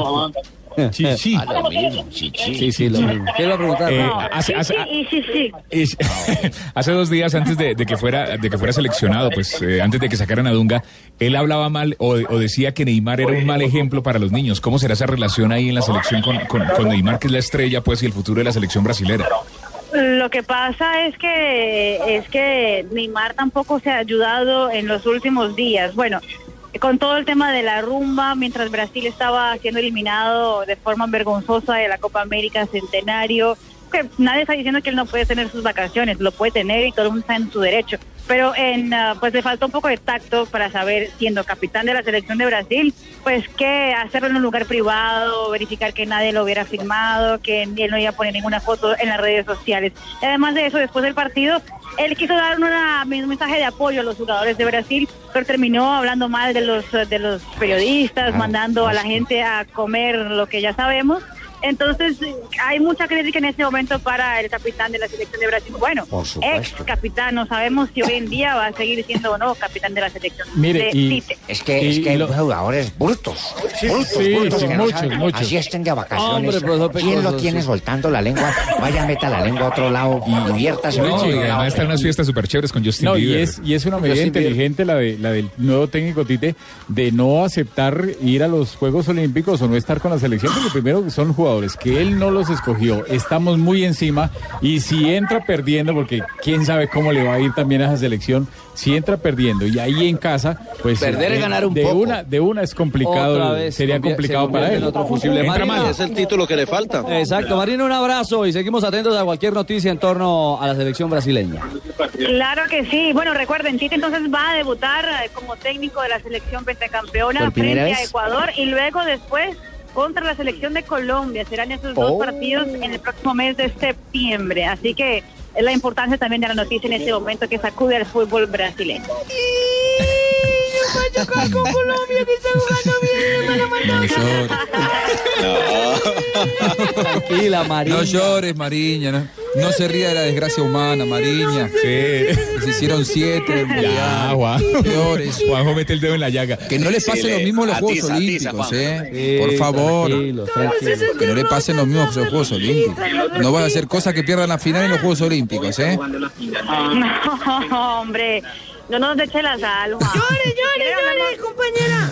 Chichi. Ah, lo mismo, Chichi. Sí, sí, lo mismo. ¿Qué iba a preguntar? Eh, hace- hace- Y sí, sí. Es- Hace dos días antes de, de que fuera de que fuera seleccionado, pues eh, antes de que sacaran a Dunga, él hablaba mal o, o decía que Neymar era un mal ejemplo para los niños. ¿Cómo será esa relación ahí en la selección con, con- con Neymar, que es la estrella, pues, y el futuro de la selección brasilera? Lo que pasa es que es que Neymar tampoco se ha ayudado en los últimos días. Bueno, con todo el tema de la rumba, mientras Brasil estaba siendo eliminado de forma vergonzosa de la Copa América Centenario, que nadie está diciendo que él no puede tener sus vacaciones, lo puede tener y todo el mundo está en su derecho. Pero en, ah, pues le falta un poco de tacto para saber, siendo capitán de la selección de Brasil, pues que hacerlo en un lugar privado, verificar que nadie lo hubiera filmado, que él no iba a poner ninguna foto en las redes sociales. Y además de eso, después del partido, él quiso dar una- un mensaje de apoyo a los jugadores de Brasil, pero terminó hablando mal de los, eh, de los periodistas, Ah, mandando a la gente a comer lo que ya sabemos. Entonces, eh, hay mucha crítica en este momento para el capitán de la selección de Brasil. Bueno, Por supuesto. ex capitán, no sabemos si hoy en día va a seguir siendo o no capitán de la selección. Mire, de y, Tite. y lo- jugadores burtos. Sí, burtos, sí, burtos, sí, que no muchos, saben- muchos. Así estén de vacaciones. Hombre, profesor ¿Quién lo Pecoso, tiene sí. soltando la lengua? Vaya, meta la lengua a otro lado y diviértase. No, mucho. y además están unas fiestas súper chéveres con Justin No, y Bieber. es, y es una medida inteligente la, de, la del nuevo técnico Tite de no aceptar ir a los Juegos Olímpicos o no estar con la selección, porque primero son jugadores que él no los escogió, estamos muy encima y si entra perdiendo, porque quién sabe cómo le va a ir también a esa selección, si entra perdiendo y ahí en casa, pues... Perder es de- ganar un de poco. Una, de una es Otra complicado, vez sería convier- se complicado para convierte él. en otro fusible. Entra Marina, mal. Es el título que le falta. Exacto, Marina, un abrazo y seguimos atentos a cualquier noticia en torno a la selección brasileña. Claro que sí. Bueno, recuerden, Tite entonces va a debutar eh, como técnico de la selección pentacampeona ¿Por primera frente a vez? Ecuador y luego después contra la selección de Colombia. Serán esos Oh. dos partidos en el próximo mes de septiembre. Así que es la importancia también de la noticia en este momento que sacude al fútbol brasileño. Va a chocar con Colombia que está jugando bien, van a mandar No llores. Tranquila, Mariña. No llores, Mariña. No, no se ría de la desgracia humana, Mariña. Sí. Se hicieron siete. Ya, Juan. Juanjo mete el dedo en la llaga. Que no le pase lo mismo en los Juegos Olímpicos, ¿eh? Por favor. Que no le pasen los mismos en los Juegos Olímpicos. No van a hacer cosas que pierdan la final en los Juegos Olímpicos, ¿eh? No, hombre, no nos eche la sal. Juan. Si quiere hablamos- compañera.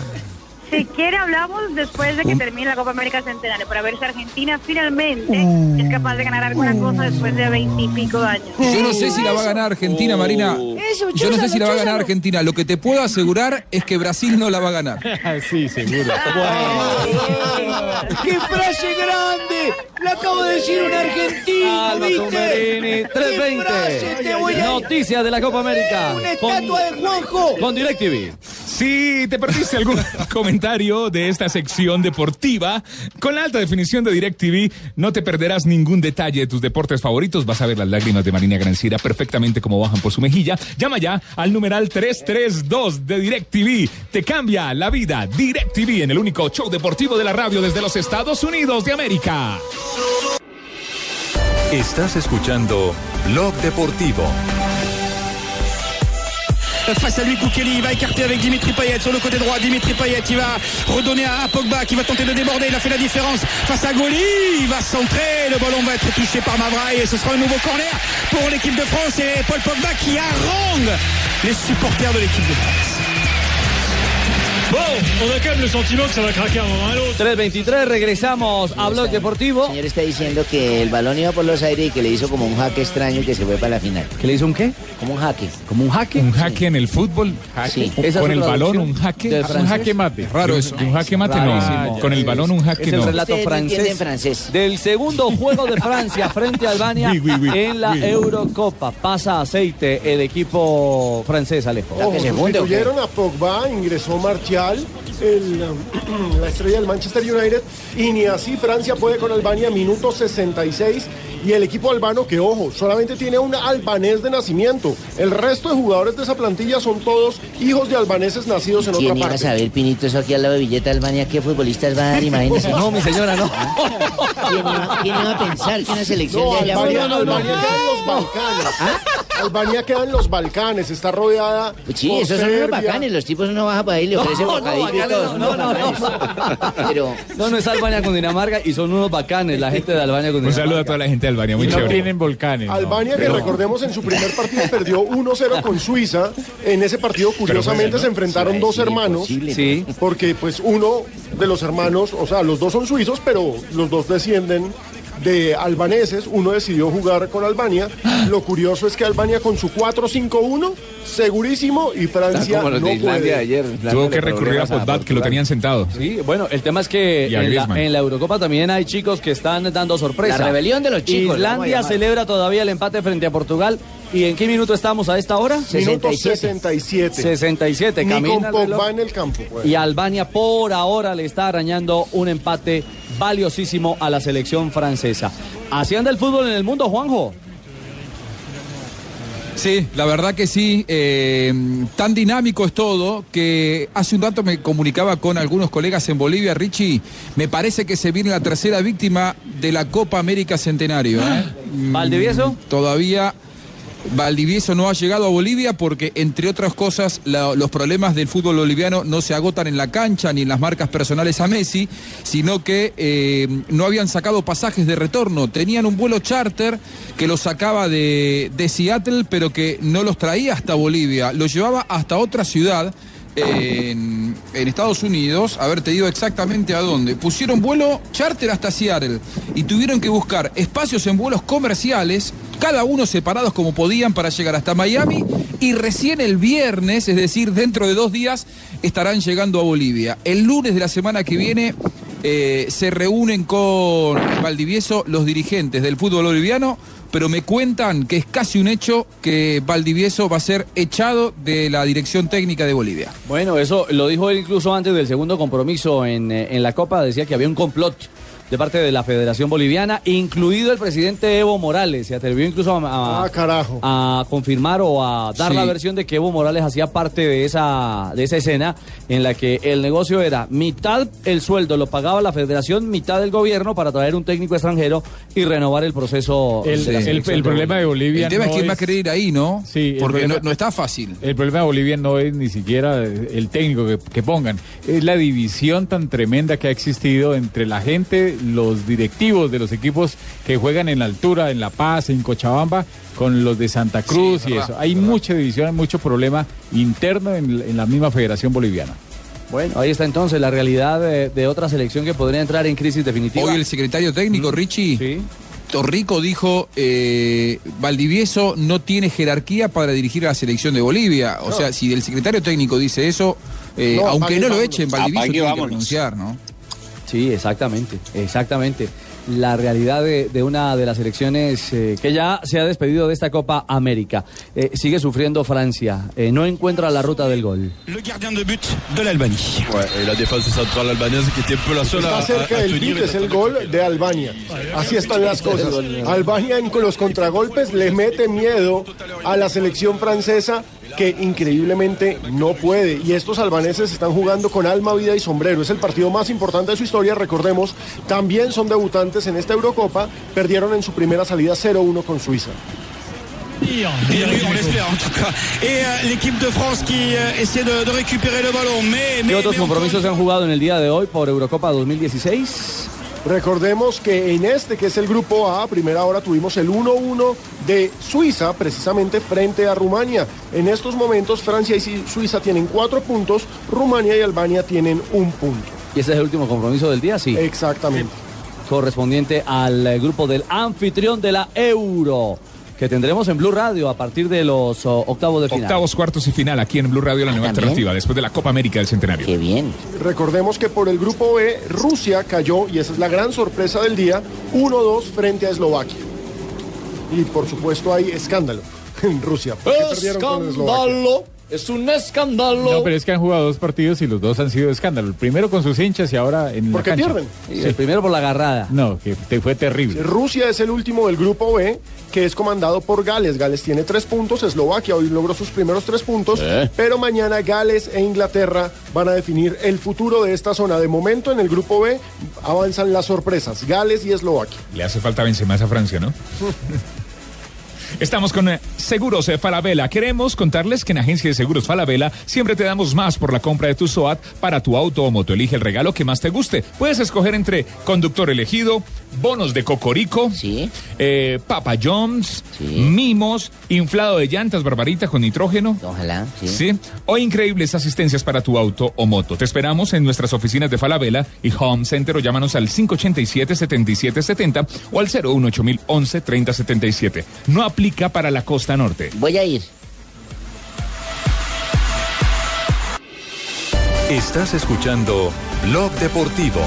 Si quiere hablamos después Uh. de que termine la Copa América Centenario para ver si Argentina finalmente Uh. es capaz de ganar alguna cosa después de veintipico años. Yo no sé si la va a ganar Argentina, Marina. Eso, Yo no sé chúzalo, si la va a ganar chúzalo. Argentina. Lo que te puedo asegurar es que Brasil no la va a ganar. Sí, seguro. ¡Qué frase grande! La acabo de decir un argentino, Alba Tumberini, ¿viste? ¡Qué 320. frase te voy a Noticias de la Copa América. Una estatua de Juanjo. Con DirecTV. Si te perdiste algún comentario de esta sección deportiva, con la alta definición de DirecTV no te perderás ningún detalle de tus deportes favoritos. Vas a ver las lágrimas de Marina Granciera perfectamente como bajan por su mejilla. Llama ya al numeral 332 de DirecTV. Te cambia la vida. DirecTV en el único show deportivo de la radio desde los Estados Unidos de América. Estás escuchando Blog Deportivo. Euh, Face à lui, Koukeli, il va écarter avec Dimitri Payet sur le côté droit. Dimitri Payet, il va redonner à Pogba qui va tenter de déborder. Il a fait la différence face à Goli. Il va centrer. Le ballon va être touché par Mavraille et ce sera un nouveau corner pour l'équipe de France. Et Paul Pogba qui harangue les supporters de l'équipe de France. Wow, on a quand même le sentiment que ça va craquer un moment à l'autre. 3.23, regresamos a Blog Deportivo. El señor está diciendo que el balón iba por los aires y que le hizo como un jaque extraño y que se fue para la final. ¿Que le hizo un qué? Como un jaque. ¿Como un jaque? Un jaque en el fútbol. Sí. Con Esa es el la balón, traducción un jaque. del Un francés. jaque mate. Es raro De un- eso. De un jaque mate no. Rarísimo. Con el balón, un jaque Es el no. relato Ustedes no francés, entienden francés. del segundo juego de Francia frente a Albania Oui, oui, oui. en la Oui. Eurocopa. Pasa aceite el equipo francés, Alejo. Ojo, sustituyeron a Pogba, ingresó Martial, el, um, la estrella del Manchester United, y ni así Francia puede con Albania, minuto 66, y el equipo albano que, ojo, solamente tiene un albanés de nacimiento. El resto de jugadores de esa plantilla son todos hijos de albaneses nacidos en otra ¿Quién iba a parte. saber, Pinito, eso aquí al lado de Villeta Albania, qué futbolistas va a dar? Imagínense. No, mi señora, no. ¿Quién iba, quién iba a pensar que una selección No, de allá Albania, fuera- ¿Ah? Albania queda en los Balcanes. Albania queda en los Balcanes, está rodeada. Pues Sí, por esos son los Serbia. bacanes, los tipos uno baja para ahí, le No, ofrecen no, bocadillo y bacanes, todo, no, son unos no, no. bacanes. Pero No, no es Albania con Dinamarca y son unos bacanes la gente de Albania con Un Dinamarca. saludo a toda la gente de Albania. Muy Y no chévere. tienen volcanes. no. Albania, que recordemos en su primer partido perdió 1-0 con Suiza. En ese partido, curiosamente, se enfrentaron dos hermanos. Sí. Porque, pues, uno de los hermanos, o sea, los dos son suizos, pero los dos descienden de albaneses. Uno decidió jugar con Albania. Lo curioso es que Albania con su 4-5-1, segurísimo, y Francia como no los de Islandia puede. ayer. Tuvo que recurrir a Podbat, que lo tenían sentado. Sí, bueno, el tema es que Y a en la, Griezmann. en la Eurocopa también hay chicos que están dando sorpresa. La rebelión de los chicos, la vamos a Islandia llamar. celebra todavía el empate frente a Portugal. ¿Y en qué minuto estamos a esta hora? Minuto 67. 67. 67, Ni camina con el reloj. Pogba en el campo. pues. Y Albania por ahora le está arañando un empate valiosísimo a la selección francesa. Así anda el fútbol en el mundo, Juanjo. Sí, la verdad que sí. eh, tan dinámico es todo que hace un rato me comunicaba con algunos colegas en Bolivia. Richie, me parece que se viene la tercera víctima de la Copa América Centenario. ¿eh? Mm, ¿Valdivieso? Todavía Valdivieso no ha llegado a Bolivia porque, entre otras cosas, la- los problemas del fútbol boliviano no se agotan en la cancha ni en las marcas personales a Messi, sino que eh, no habían sacado pasajes de retorno. Tenían un vuelo charter que los sacaba de, de Seattle, pero que no los traía hasta Bolivia, los llevaba hasta otra ciudad. En, en Estados Unidos, a ver, te digo exactamente a dónde. Pusieron vuelo charter hasta Seattle y tuvieron que buscar espacios en vuelos comerciales, cada uno separados como podían para llegar hasta Miami y recién el viernes, es decir, dentro de dos días, estarán llegando a Bolivia. El lunes de la semana que viene eh, se reúnen con Valdivieso los dirigentes del fútbol boliviano, pero me cuentan que es casi un hecho que Valdivieso va a ser echado de la dirección técnica de Bolivia. Bueno, eso lo dijo él incluso antes del segundo compromiso en, eh, en la Copa. Decía que había un complot de parte de la Federación Boliviana, incluido el presidente Evo Morales. Se atrevió incluso a, a- Ah, carajo. a confirmar o a dar Sí. la versión de que Evo Morales hacía parte de esa, de esa escena en la que el negocio era mitad el sueldo lo pagaba la federación, mitad el gobierno para traer un técnico extranjero y renovar el proceso. El, de la el- el selección de problema de Bolivia. Bolivia. el tema es no quién va a querer ir ahí, ¿no? Sí, el Porque no, problema- no está fácil. El problema de Bolivia no es ni siquiera el técnico que, que pongan, es la división tan tremenda que ha existido entre la gente, los directivos de los equipos que juegan en la altura, en La Paz, en Cochabamba, con los de Santa Cruz Sí, y verdad, eso. Hay mucha división, hay mucho problema interno en, en la misma Federación Boliviana. Bueno, ahí está entonces la realidad de, de otra selección que podría entrar en crisis definitiva. Mm. Hoy el secretario técnico, Richie, Sí. Torrico dijo, eh, Valdivieso no tiene jerarquía para dirigir a la selección de Bolivia. O sea, si el secretario técnico dice eso, eh, No, aunque apague, no lo vámonos. echen, Valdivieso Apague, tiene que vámonos. renunciar, ¿no? Sí, exactamente, exactamente. la realidad de, de una de las elecciones eh, que ya se ha despedido de esta Copa América. Eh, sigue sufriendo Francia, eh, no encuentra la ruta del gol. Le gardien de but de l'Albanie. Ouais, et la défense centrale albanaise qui était un peu la seule à, Está à- cerca à del tenir. beat, es el gol de Albania. Así están las cosas. Albania en- con los contragolpes le mete miedo a la selección francesa que increíblemente no puede. Y estos albaneses están jugando con alma, vida y sombrero. Es el partido más importante de su historia, recordemos. También son debutantes en esta Eurocopa. Perdieron en su primera salida 0-1 con Suiza. Et oui, on l'espère en tout cas. Et euh, l'équipe de France qui euh, essaie de, de récupérer le ballon, mais, mais- ¿Qué otros mais encore compromisos se han jugado en el día de hoy por Eurocopa 2016? Recordemos que en este, que es el grupo A, a primera hora tuvimos el 1-1 de Suiza, precisamente frente a Rumania. En estos momentos, Francia y Si- Suiza tienen cuatro puntos, Rumania y Albania tienen un punto. ¿Y ese es el último compromiso del día? Sí. Exactamente. Correspondiente al eh, grupo del anfitrión de la Euro, que tendremos en Blue Radio a partir de los oh, octavos de final. Octavos, cuartos y final aquí en Blue Radio, la nueva alternativa, después de la Copa América del Centenario. Qué bien. Recordemos que por el grupo B, Rusia cayó, y esa es la gran sorpresa del día, 1-2 frente a Eslovaquia. Y por supuesto hay escándalo en Rusia. porque perdieron con Eslovaquia. Es un escándalo. No, pero es que han jugado dos partidos y los dos han sido escándalo. El primero con sus hinchas y ahora en Porque la cancha. pierden. Sí. Y el primero por la agarrada. No, que te fue terrible. Rusia es el último del grupo B, que es comandado por Gales. Gales tiene tres puntos, Eslovaquia hoy logró sus primeros tres puntos, ¿Eh? pero mañana Gales e Inglaterra van a definir el futuro de esta zona. De momento en el grupo B avanzan las sorpresas, Gales y Eslovaquia. Le hace falta Benzema a Francia, ¿no? Estamos con eh, Seguros eh, Falabella. Queremos contarles que en Agencia de Seguros Falabella siempre te damos más por la compra de tu SOAT para tu auto o moto. Elige el regalo que más te guste. Puedes escoger entre conductor elegido, bonos de cocorico, eh, Papa John's, mimos, inflado de llantas, barbarita con nitrógeno. Ojalá, sí. O increíbles asistencias para tu auto o moto. Te esperamos en nuestras oficinas de Falabella y Home Center o llámanos al 587-7770 o al 018011 3077. No aplica para la costa norte. Voy a ir. Estás escuchando Blog Deportivo.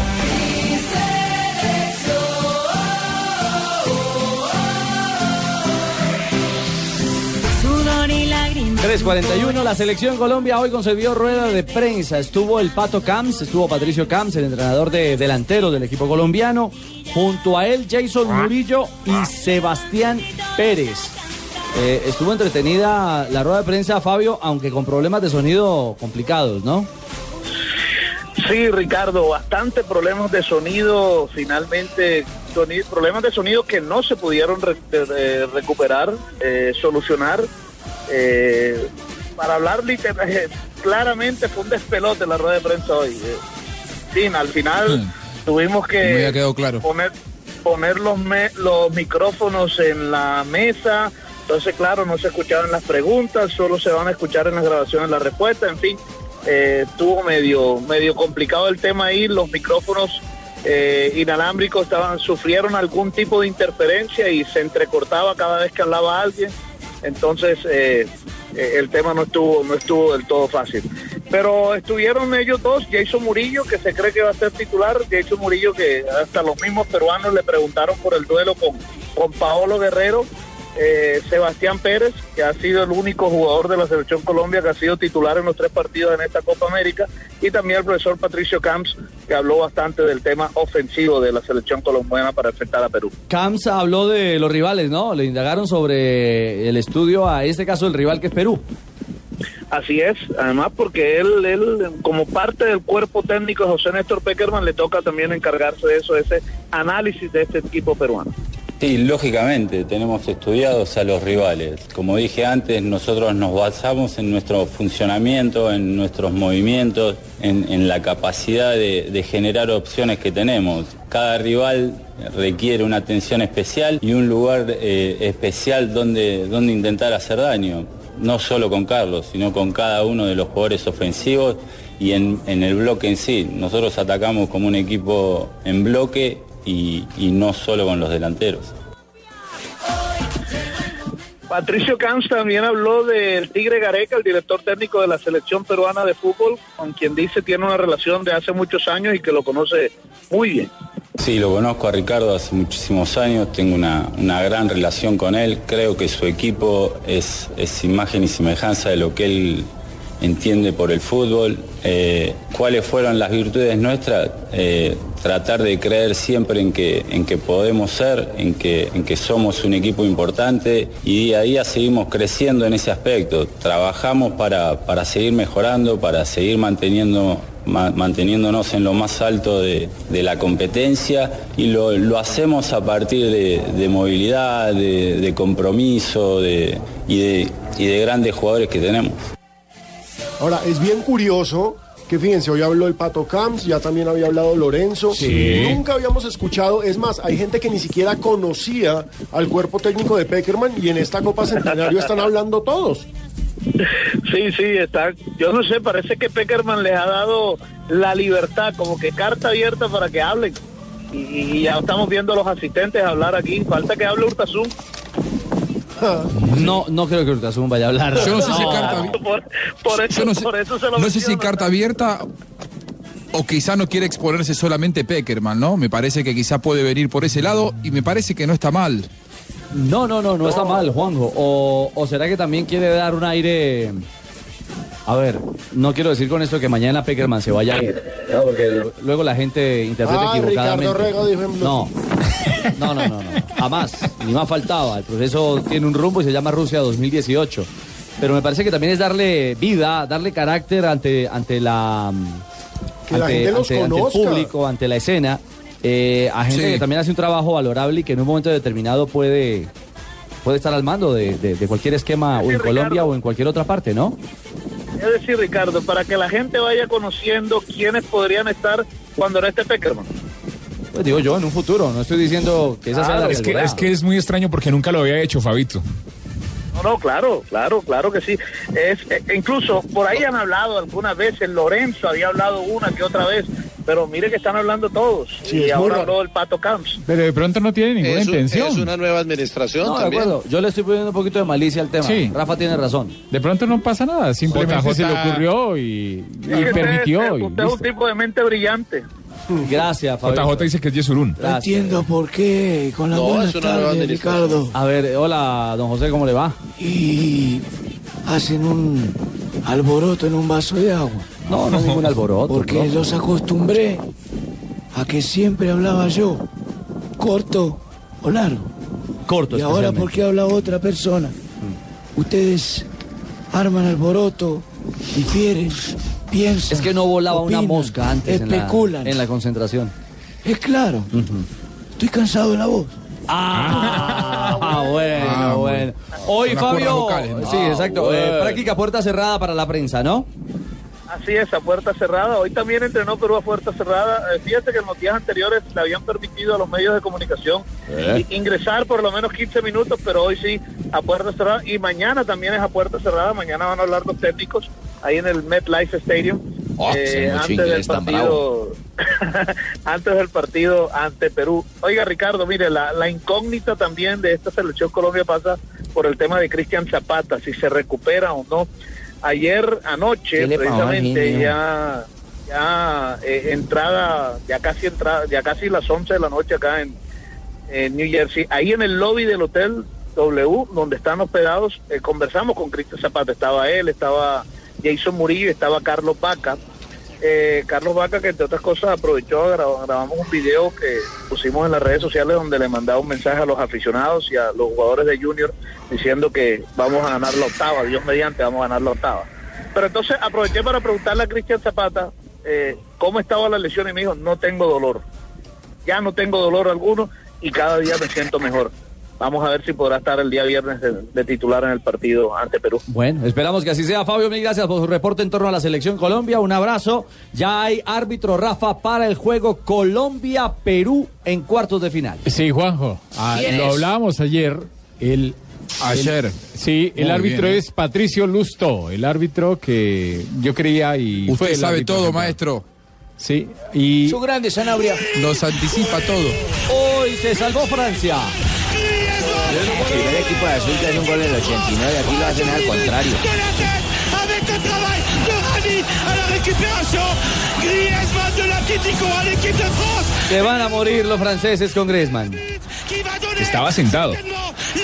Sudor y lágrimas. 341, la selección Colombia hoy concedió rueda de prensa. Estuvo el Pato Camps, estuvo Patricio Camps, el entrenador de delantero del equipo colombiano. Junto a él, Jason Murillo y Sebastián Pérez. Eh, estuvo entretenida la rueda de prensa, Fabio, aunque con problemas de sonido complicados, ¿no? Sí, Ricardo, bastante problemas de sonido, finalmente soni- problemas de sonido que no se pudieron re- eh, recuperar, eh, solucionar. Eh, para hablar liter- eh, claramente fue un despelote la rueda de prensa hoy. Eh, sí, al final tuvimos que Me Hmm. ha quedado claro. poner poner los me- los micrófonos en la mesa. Entonces, claro, no se escuchaban las preguntas, solo se van a escuchar en las grabaciones las respuestas. En fin, eh, estuvo medio medio complicado el tema ahí. Los micrófonos eh, inalámbricos estaban sufrieron algún tipo de interferencia y se entrecortaba cada vez que hablaba alguien. Entonces, eh, eh, el tema no estuvo no estuvo del todo fácil. Pero estuvieron ellos dos, Jason Murillo, que se cree que va a ser titular, Jason Murillo que hasta los mismos peruanos le preguntaron por el duelo con, con Paolo Guerrero, eh, Sebastián Pérez, que ha sido el único jugador de la selección Colombia que ha sido titular en los tres partidos en esta Copa América, y también el profesor Patricio Camps, que habló bastante del tema ofensivo de la selección colombiana para enfrentar a Perú. Camps habló de los rivales, ¿no? Le indagaron sobre el estudio a este caso el rival que es Perú. Así es, además porque él, él, como parte del cuerpo técnico de José Néstor Peckerman, le toca también encargarse de eso, de ese análisis de este equipo peruano. Sí, lógicamente tenemos estudiados a los rivales. Como dije antes, nosotros nos basamos en nuestro funcionamiento, en nuestros movimientos, en, en la capacidad de, de generar opciones que tenemos. Cada rival requiere una atención especial y un lugar eh, especial donde, donde intentar hacer daño. No solo con Carlos, sino con cada uno de los jugadores ofensivos y en, en el bloque en sí. Nosotros atacamos como un equipo en bloque y- y no solo con los delanteros. Patricio Camps también habló del Tigre Gareca, el director técnico de la selección peruana de fútbol, con quien dice tiene una relación de hace muchos años y que lo conoce muy bien. Sí, lo conozco a Ricardo hace muchísimos años, tengo una, una gran relación con él, creo que su equipo es, es imagen y semejanza de lo que él entiende por el fútbol. Eh, ¿Cuáles fueron las virtudes nuestras? Eh, tratar de creer siempre en que, en que podemos ser, en que, en que somos un equipo importante y día a día seguimos creciendo en ese aspecto. Trabajamos para, para seguir mejorando, para seguir manteniendo ma- manteniéndonos en lo más alto de, de la competencia y lo, lo hacemos a partir de, de movilidad, de, de compromiso de- y, de, y de grandes jugadores que tenemos. Ahora, es bien curioso que fíjense, hoy habló el Pato Camps, ya también había hablado Lorenzo. Sí. Nunca habíamos escuchado, es más, hay gente que ni siquiera conocía al cuerpo técnico de Peckerman y en esta Copa Centenario están hablando todos. Sí, sí, está. Yo no sé, parece que Peckerman les ha dado la libertad, como que carta abierta para que hablen. Y, y ya estamos viendo a los asistentes hablar aquí. Falta que hable Urtasun. No, no creo que Urtasun vaya a hablar. Yo no sé si No. carta Por, por eso, Yo no sé, por eso se lo no sé si menciono. carta abierta o quizá no quiere exponerse solamente Peckerman, ¿no? Me parece que quizá puede venir por ese lado y me parece que no está mal. No, no, no, no está mal, Juanjo. O, o será que también quiere dar un aire. A ver, no quiero decir con esto que mañana Peckerman se vaya a ir, ¿no? porque luego la gente interpreta Ah, equivocadamente. Ricardo Rego dijo en no. Blue. no, no, no, no, jamás, ni más faltaba. El proceso tiene un rumbo y se llama Rusia 2018. Pero me parece que también es darle vida, darle carácter ante, ante la. mm, Que la gente los el conozca. público, ante la escena. eh, a gente Sí. que también hace un trabajo valorable y que en un momento determinado puede puede estar al mando de, de- de cualquier esquema o en Colombia o en cualquier otra parte, ¿no? Es decir, Ricardo, para que la gente vaya conociendo quiénes podrían estar cuando no esté Peckerman. Pues digo yo, en un futuro, no estoy diciendo que esa sea la Ah, es, que, realidad. es que es muy extraño porque nunca lo había hecho Fabito. No, no, claro, claro, claro que sí. Es, eh, incluso por ahí han hablado algunas veces, Lorenzo había hablado una que otra vez, pero mire que están hablando todos. Sí, y es muy ahora raro. habló el Pato Camps. Pero de pronto no tiene ninguna Es un- intención. es una nueva administración No, de acuerdo, yo le estoy poniendo un poquito de malicia al tema. Sí. Rafa tiene razón. De pronto no pasa nada, simplemente JJ. se le ocurrió y, y Es que usted- permitió. y Usted es un listo. tipo de mente brillante. Gracias, Fabio. JJ dice que es Yesurún. Gracias. entiendo por qué. Con la No, buena es una nueva tarde, administración. Ricardo. A ver, hola, don José, ¿cómo le va? Y hacen un alboroto en un vaso de agua. No, no es ningún alboroto. Porque no. los acostumbré a que siempre hablaba yo, corto o largo. Corto, Y ahora especialmente. Mm. porque habla otra persona. Ustedes arman alboroto, difieren, piensan. Es que no volaba una opinan, mosca antes en la, Especulan. en la concentración. Es claro. Estoy cansado de la voz. Ah, bueno, bueno. Hoy, Son las cuerdas Fabio. vocales, ¿no? Sí, Ah, exacto. bueno. eh, práctica puerta cerrada para la prensa, ¿no? Así es, a puerta cerrada. Hoy también entrenó Perú a puerta cerrada. Eh, Fíjate que en los días anteriores le habían permitido a los medios de comunicación Eh. i- ingresar por lo menos 15 minutos, pero hoy sí a puerta cerrada. Y mañana también es a puerta cerrada. Mañana van a hablar los técnicos ahí en el MetLife Stadium. Eh, Oh, ese mucho inglés tan bravo. antes del partido ante Perú. Oiga, Ricardo, mire, la, la incógnita también de esta selección Colombia pasa por el tema de Cristian Zapata, si se recupera o no. Ayer anoche, ¿Qué le pasó al precisamente, genio? ya, ya eh, entrada, ya casi entrada, ya casi las 11 de la noche acá en, en New Jersey, ahí en el lobby del hotel W, donde están hospedados, eh, conversamos con Cristian Zapata, estaba él, estaba Jason Murillo, estaba Carlos Vaca. Eh, Carlos Vaca, que entre otras cosas aprovechó, gra- grabamos un video que pusimos en las redes sociales donde le mandaba un mensaje a los aficionados y a los jugadores de Junior diciendo que vamos a ganar la octava, Dios mediante, vamos a ganar la octava. Pero entonces aproveché para preguntarle a Cristian Zapata eh, cómo estaba la lesión y me dijo, no tengo dolor. Ya no tengo dolor alguno y cada día me siento mejor. Vamos a ver si podrá estar el día viernes de, de titular en el partido ante Perú. Bueno, esperamos que así sea. Fabio, mil gracias por su reporte en torno a la selección Colombia. Un abrazo. Ya hay árbitro Rafa para el juego Colombia-Perú en cuartos de final. Sí, Juanjo, ah, ¿Quién lo es? hablábamos ayer. El, Ayer. el- sí, el Muy árbitro bien. es Patricio Lusto, el árbitro que yo creía y. Usted fue el sabe árbitro todo, central. maestro. Sí, y. Su grande Sanabria. Nos anticipa todo. Hoy se salvó Francia. El primer equipo de azul que hace un gol en el 89, aquí lo hacen al contrario. Avec le travail de Rami à la récupération. Griezmann de la qui tiquera l'équipe de France. Se van a morir los franceses con Griezmann. Estaba sentado.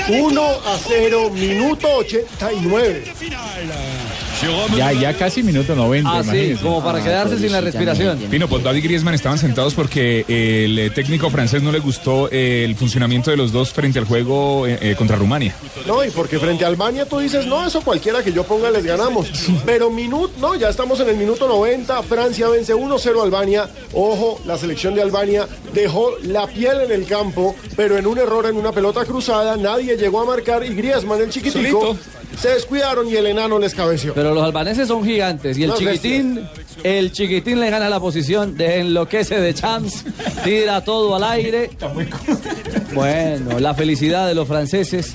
1 a 0, minuto 89. Ya, ya casi minuto 90. Ah, sí, imagínese. como para Ah, quedarse sin la respiración. Pino, Pogba y Griezmann estaban sentados porque eh, el eh, técnico francés no le gustó eh, el funcionamiento de los dos frente al juego eh, eh, contra Rumania. No, y porque frente a Albania tú dices, no, eso cualquiera que yo ponga les ganamos. Pero minuto, no, ya estamos en el minuto 90, Francia vence 1-0 a Albania. Ojo, la selección de Albania dejó la piel en el campo, pero en un error en una pelota cruzada, nadie llegó a marcar y Griezmann, el chiquitico, Solito. se descuidaron y el enano les cabeció. Pero los albaneses son gigantes y el Las chiquitín, el chiquitín le gana la posición, de enloquece de chance, tira todo al aire. Bueno, la felicidad de los franceses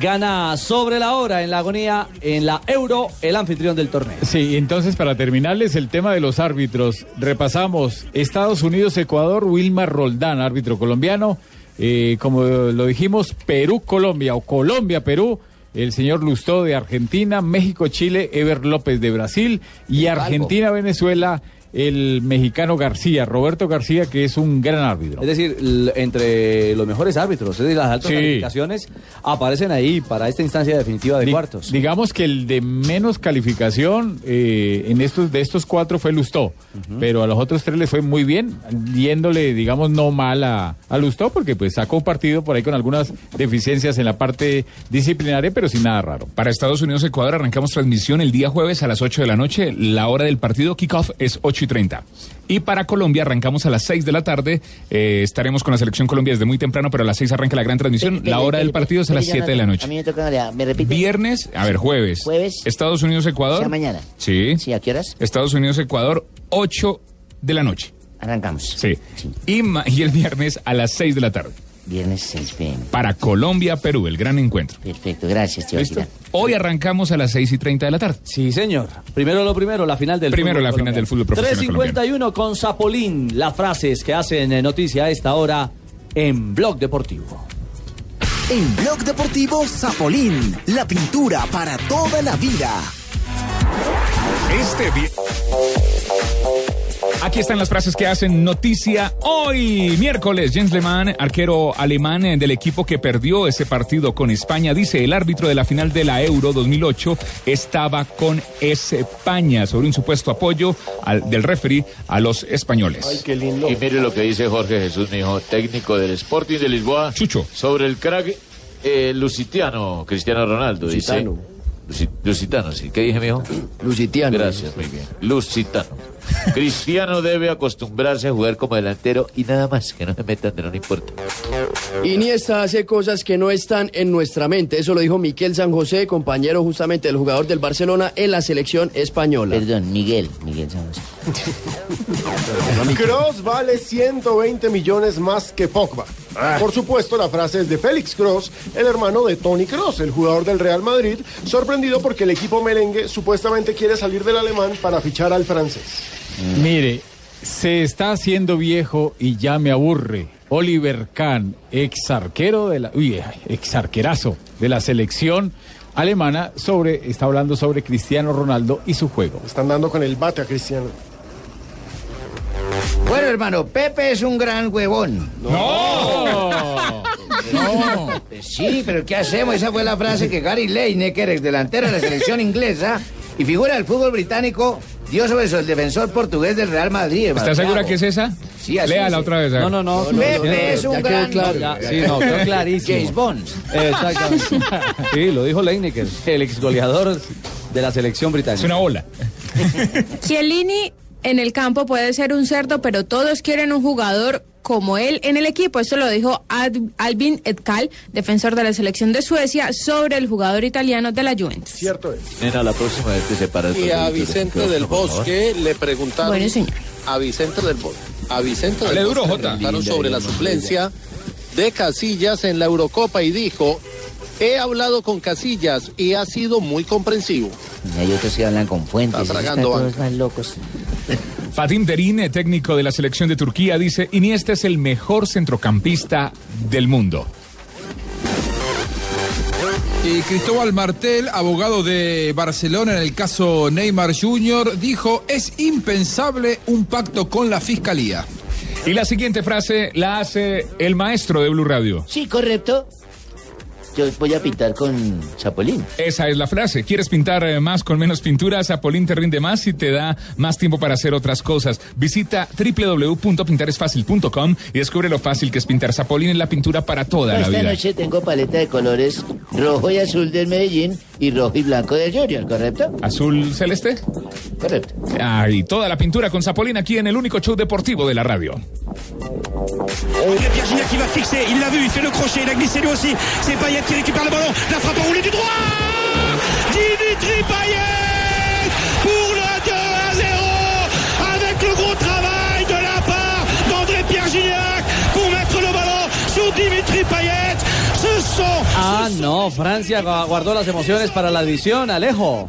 gana sobre la hora en la agonía en la Euro el anfitrión del torneo. Sí, entonces para terminarles el tema de los árbitros, repasamos Estados Unidos, Ecuador, Wilmar Roldán, árbitro colombiano, Eh, como lo dijimos, Perú, Colombia o Colombia, Perú, el señor Lustó de Argentina, México, Chile, Ever López de Brasil y Argentina, Venezuela, el mexicano García, Roberto García, que es un gran árbitro. Es decir, l- entre los mejores árbitros, es decir, las altas Sí. calificaciones aparecen ahí para esta instancia definitiva de Di- cuartos. Digamos que el de menos calificación eh, en estos de estos cuatro fue Lustó, pero a los otros tres le fue muy bien, yéndole, digamos, no mal a, a Lustó, porque pues sacó partido por ahí con algunas deficiencias en la parte disciplinaria, pero sin nada raro. Para Estados Unidos, Ecuador, arrancamos transmisión el día jueves a las 8 de la noche. La hora del partido kickoff es 8 y 30. Y para Colombia, arrancamos a las 6 de la tarde. Eh, estaremos con la selección Colombia desde muy temprano, pero a las 6 arranca la gran transmisión. La hora del partido es a las 7 de la A noche. mí me toca, la- me repite. Viernes, a ver, jueves. Jueves. Estados O Unidos, sea, Ecuador. mañana. Sí. Sí, ¿a qué horas? Estados Unidos, Ecuador, 8 de la noche. Arrancamos. Sí. Y, ma- y el viernes a las 6 de la tarde. Viernes 6 pm. Para Colombia, Perú, el gran encuentro. Perfecto, gracias, tío. ¿Listo? Hoy arrancamos a las 6 y 30 de la tarde. Sí, señor. Primero lo primero, la final del Primero fútbol la final colombiano. del fútbol profesional colombiano. 351 con Zapolín, las frases que hacen eh, noticia a esta hora en Blog Deportivo. En Blog Deportivo Zapolín, la pintura para toda la vida. Este vi- Aquí están las frases que hacen noticia hoy, miércoles. Jens Lehmann, arquero alemán eh, del equipo que perdió ese partido con España, dice el árbitro de la final de la Euro 2008 estaba con España sobre un supuesto apoyo al- del referee a los españoles. Y mire lo que dice Jorge Jesús, mi hijo, técnico del Sporting de Lisboa. Sobre el crack eh, lusitiano, Cristiano Ronaldo. Lusitano. Dice, Lusi- lusitano, sí. ¿Qué dije, mijo? Lusitiano. Gracias, muy bien. Lusitano. Cristiano debe acostumbrarse a jugar como delantero y nada más, que no se metan, no importa. Iniesta hace cosas que no están en nuestra mente. Eso lo dijo Miquel San José, compañero justamente del jugador del Barcelona en la selección española. Perdón, Miguel. Miguel San José. Cross vale 120 millones más que Pogba. Por supuesto, la frase es de Félix Cross, el hermano de Tony Cross, el jugador del Real Madrid, sorprendido porque el equipo merengue supuestamente quiere salir del alemán para fichar al francés. Mire, se está haciendo viejo y ya me aburre. Oliver Kahn, ex arquero de la, uy, ex arquerazo de la selección alemana, sobre, está hablando sobre Cristiano Ronaldo y su juego. Están dando con el bate a Cristiano. Bueno, hermano, Pepe es un gran huevón. ¡No! ¡No! pues Sí, pero ¿qué hacemos? Esa fue la frase que Gary Lineker, ex delantero de la selección inglesa y figura del fútbol británico, dio sobre el defensor portugués del Real Madrid. hermano. ¿Estás segura que es esa? Sí, así Léala es. otra vez. a ver. No, no, no, no, Pepe no, no, es un ya quedó gran- claro. Ya, sí, no, quedó clarísimo. James Bond. Exactamente. Sí, lo dijo Leinecker, el ex goleador de la selección británica. Es una ola. Chiellini en el campo puede ser un cerdo, pero todos quieren un jugador como él en el equipo. Esto lo dijo Ad- Albin Edkal, defensor de la selección de Suecia, sobre el jugador italiano de la Juventus. Cierto es. Nena, la próxima vez que se para el Y a torneo, Vicente micrófono, del por favor. Bosque le preguntaron. Bueno, señor. A Vicente del Bosque. A Vicente Hable del duro, Bosque le Jota. preguntaron sobre la suplencia de Casillas en la Eurocopa y dijo: He hablado con Casillas y ha sido muy comprensivo. Y hay otros que hablan con fuentes. Está esos están tragando todos más locos. Fatih Terim, eh, técnico de la selección de Turquía, dice, Iniesta es el mejor centrocampista del mundo. Eh, Cristóbal Martel, abogado de Barcelona en el caso Neymar Jr., dijo, es impensable un pacto con la Fiscalía. Y la siguiente frase Eh, la hace el maestro de Blue Radio. Sí, correcto. Yo voy a pintar con Chapolín. Esa es la frase. ¿Quieres pintar eh, más con menos pintura? Zapolín te rinde más y te da más tiempo para hacer otras cosas. Visita www.pintaresfacil.com y descubre lo fácil que es pintar Zapolín en la pintura para toda la Esta vida. noche tengo paleta de colores rojo y azul del Medellín y rojo y blanco del Junior, ¿correcto? ¿Azul celeste? Correcto. Ah, y toda la pintura con Zapolín aquí en el único show deportivo de la radio. Il y a Pierre Gignac qui va fixer, il l'a vu, il fait le crochet, il a glissé lui aussi. C'est Payet qui récupère le ballon, la frappe enroulée du droit Dimitri Payet pour le 2 à 0 avec le gros travail de la part d'André Pierre Gignac pour mettre le ballon sur Dimitri Payet. Ce sont Ah, no, Francia gua- guardó las emociones para la edición, Alejo.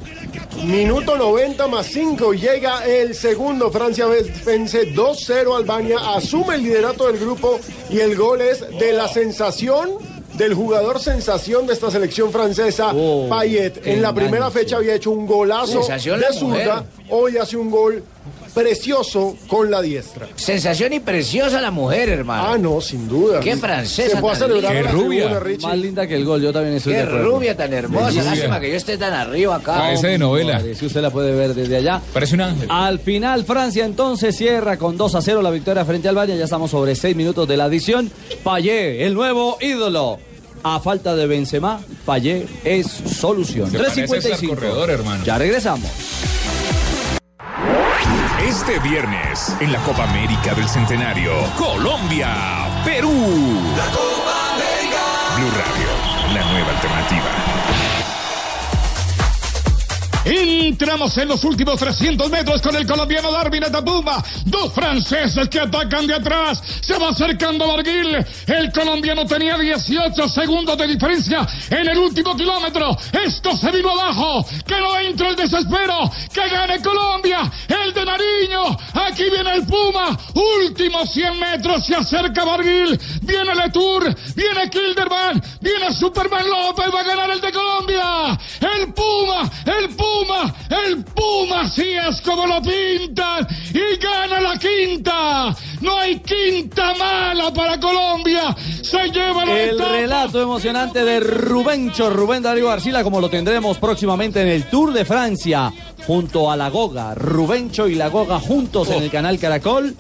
Minuto 90 más 5 llega el segundo. Francia vence 2-0 a Albania, asume el liderato del grupo y el gol es de la sensación del jugador sensación de esta selección francesa, Payet. qué En la Oh, engaño, primera fecha había hecho un golazo Sensación de la mujer. zurda, hoy hace un gol precioso con la diestra. Sensación y preciosa la mujer, hermano. Ah, no, sin duda. Qué francesa. Se fue a tan celebrar linda. a la tribuna, Richie. Más linda que el gol, yo también estoy Qué de acuerdo. rubia tan hermosa. Rubia. Lástima que yo esté tan arriba acá. Ah, Parece de novela. Si usted la puede ver desde allá. Parece un ángel. Al final, Francia entonces cierra con 2 a 0 la victoria frente al Valle. Ya estamos sobre 6 minutos de la adición. Payé, el nuevo ídolo. A falta de Benzema, Payé es solución. Se parece a César 3.55. Corredor, hermano. Ya regresamos. Este viernes, en la Copa América del Centenario, Colombia, Perú. La Copa América. Blue Radio, la nueva alternativa. Entramos en los últimos 300 metros con el colombiano Darwin Atapuma. Dos franceses que atacan de atrás. Se va acercando Barguil. El colombiano tenía 18 segundos de diferencia en el último kilómetro. Esto se vino abajo. Que no entre el desespero. Que gane Colombia. El de Nariño. Aquí viene el Puma. Últimos 100 metros. Se acerca Barguil. Viene Letour. Viene Kilderman. Viene Superman López. Va a ganar el de Colombia. El Puma. El Puma. El Puma. Así es como lo pintan. Y gana la quinta. No hay quinta mala para Colombia. Se lleva la El etapa. relato emocionante de Rubencho, Rubén Darío Arcila, como lo tendremos próximamente en el Tour de Francia, junto a La Goga, Rubencho y La Goga juntos Oh. en el canal Caracol,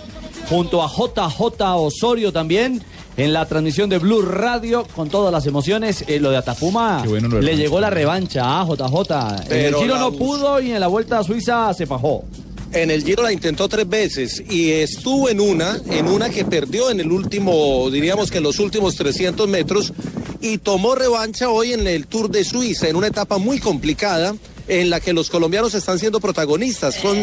junto a JJ Osorio también. En la transmisión de Blue Radio, con todas las emociones, eh, lo de Atapuma Qué bueno lo de le Rubencho. llegó la revancha a JJ. En el Pero giro la no bus- pudo y en la vuelta a Suiza se fajó. En el Giro la intentó tres veces y estuvo en una, en una que perdió en el último, diríamos que en los últimos 300 metros y tomó revancha hoy en el Tour de Suiza, en una etapa muy complicada en la que los colombianos están siendo protagonistas. Son,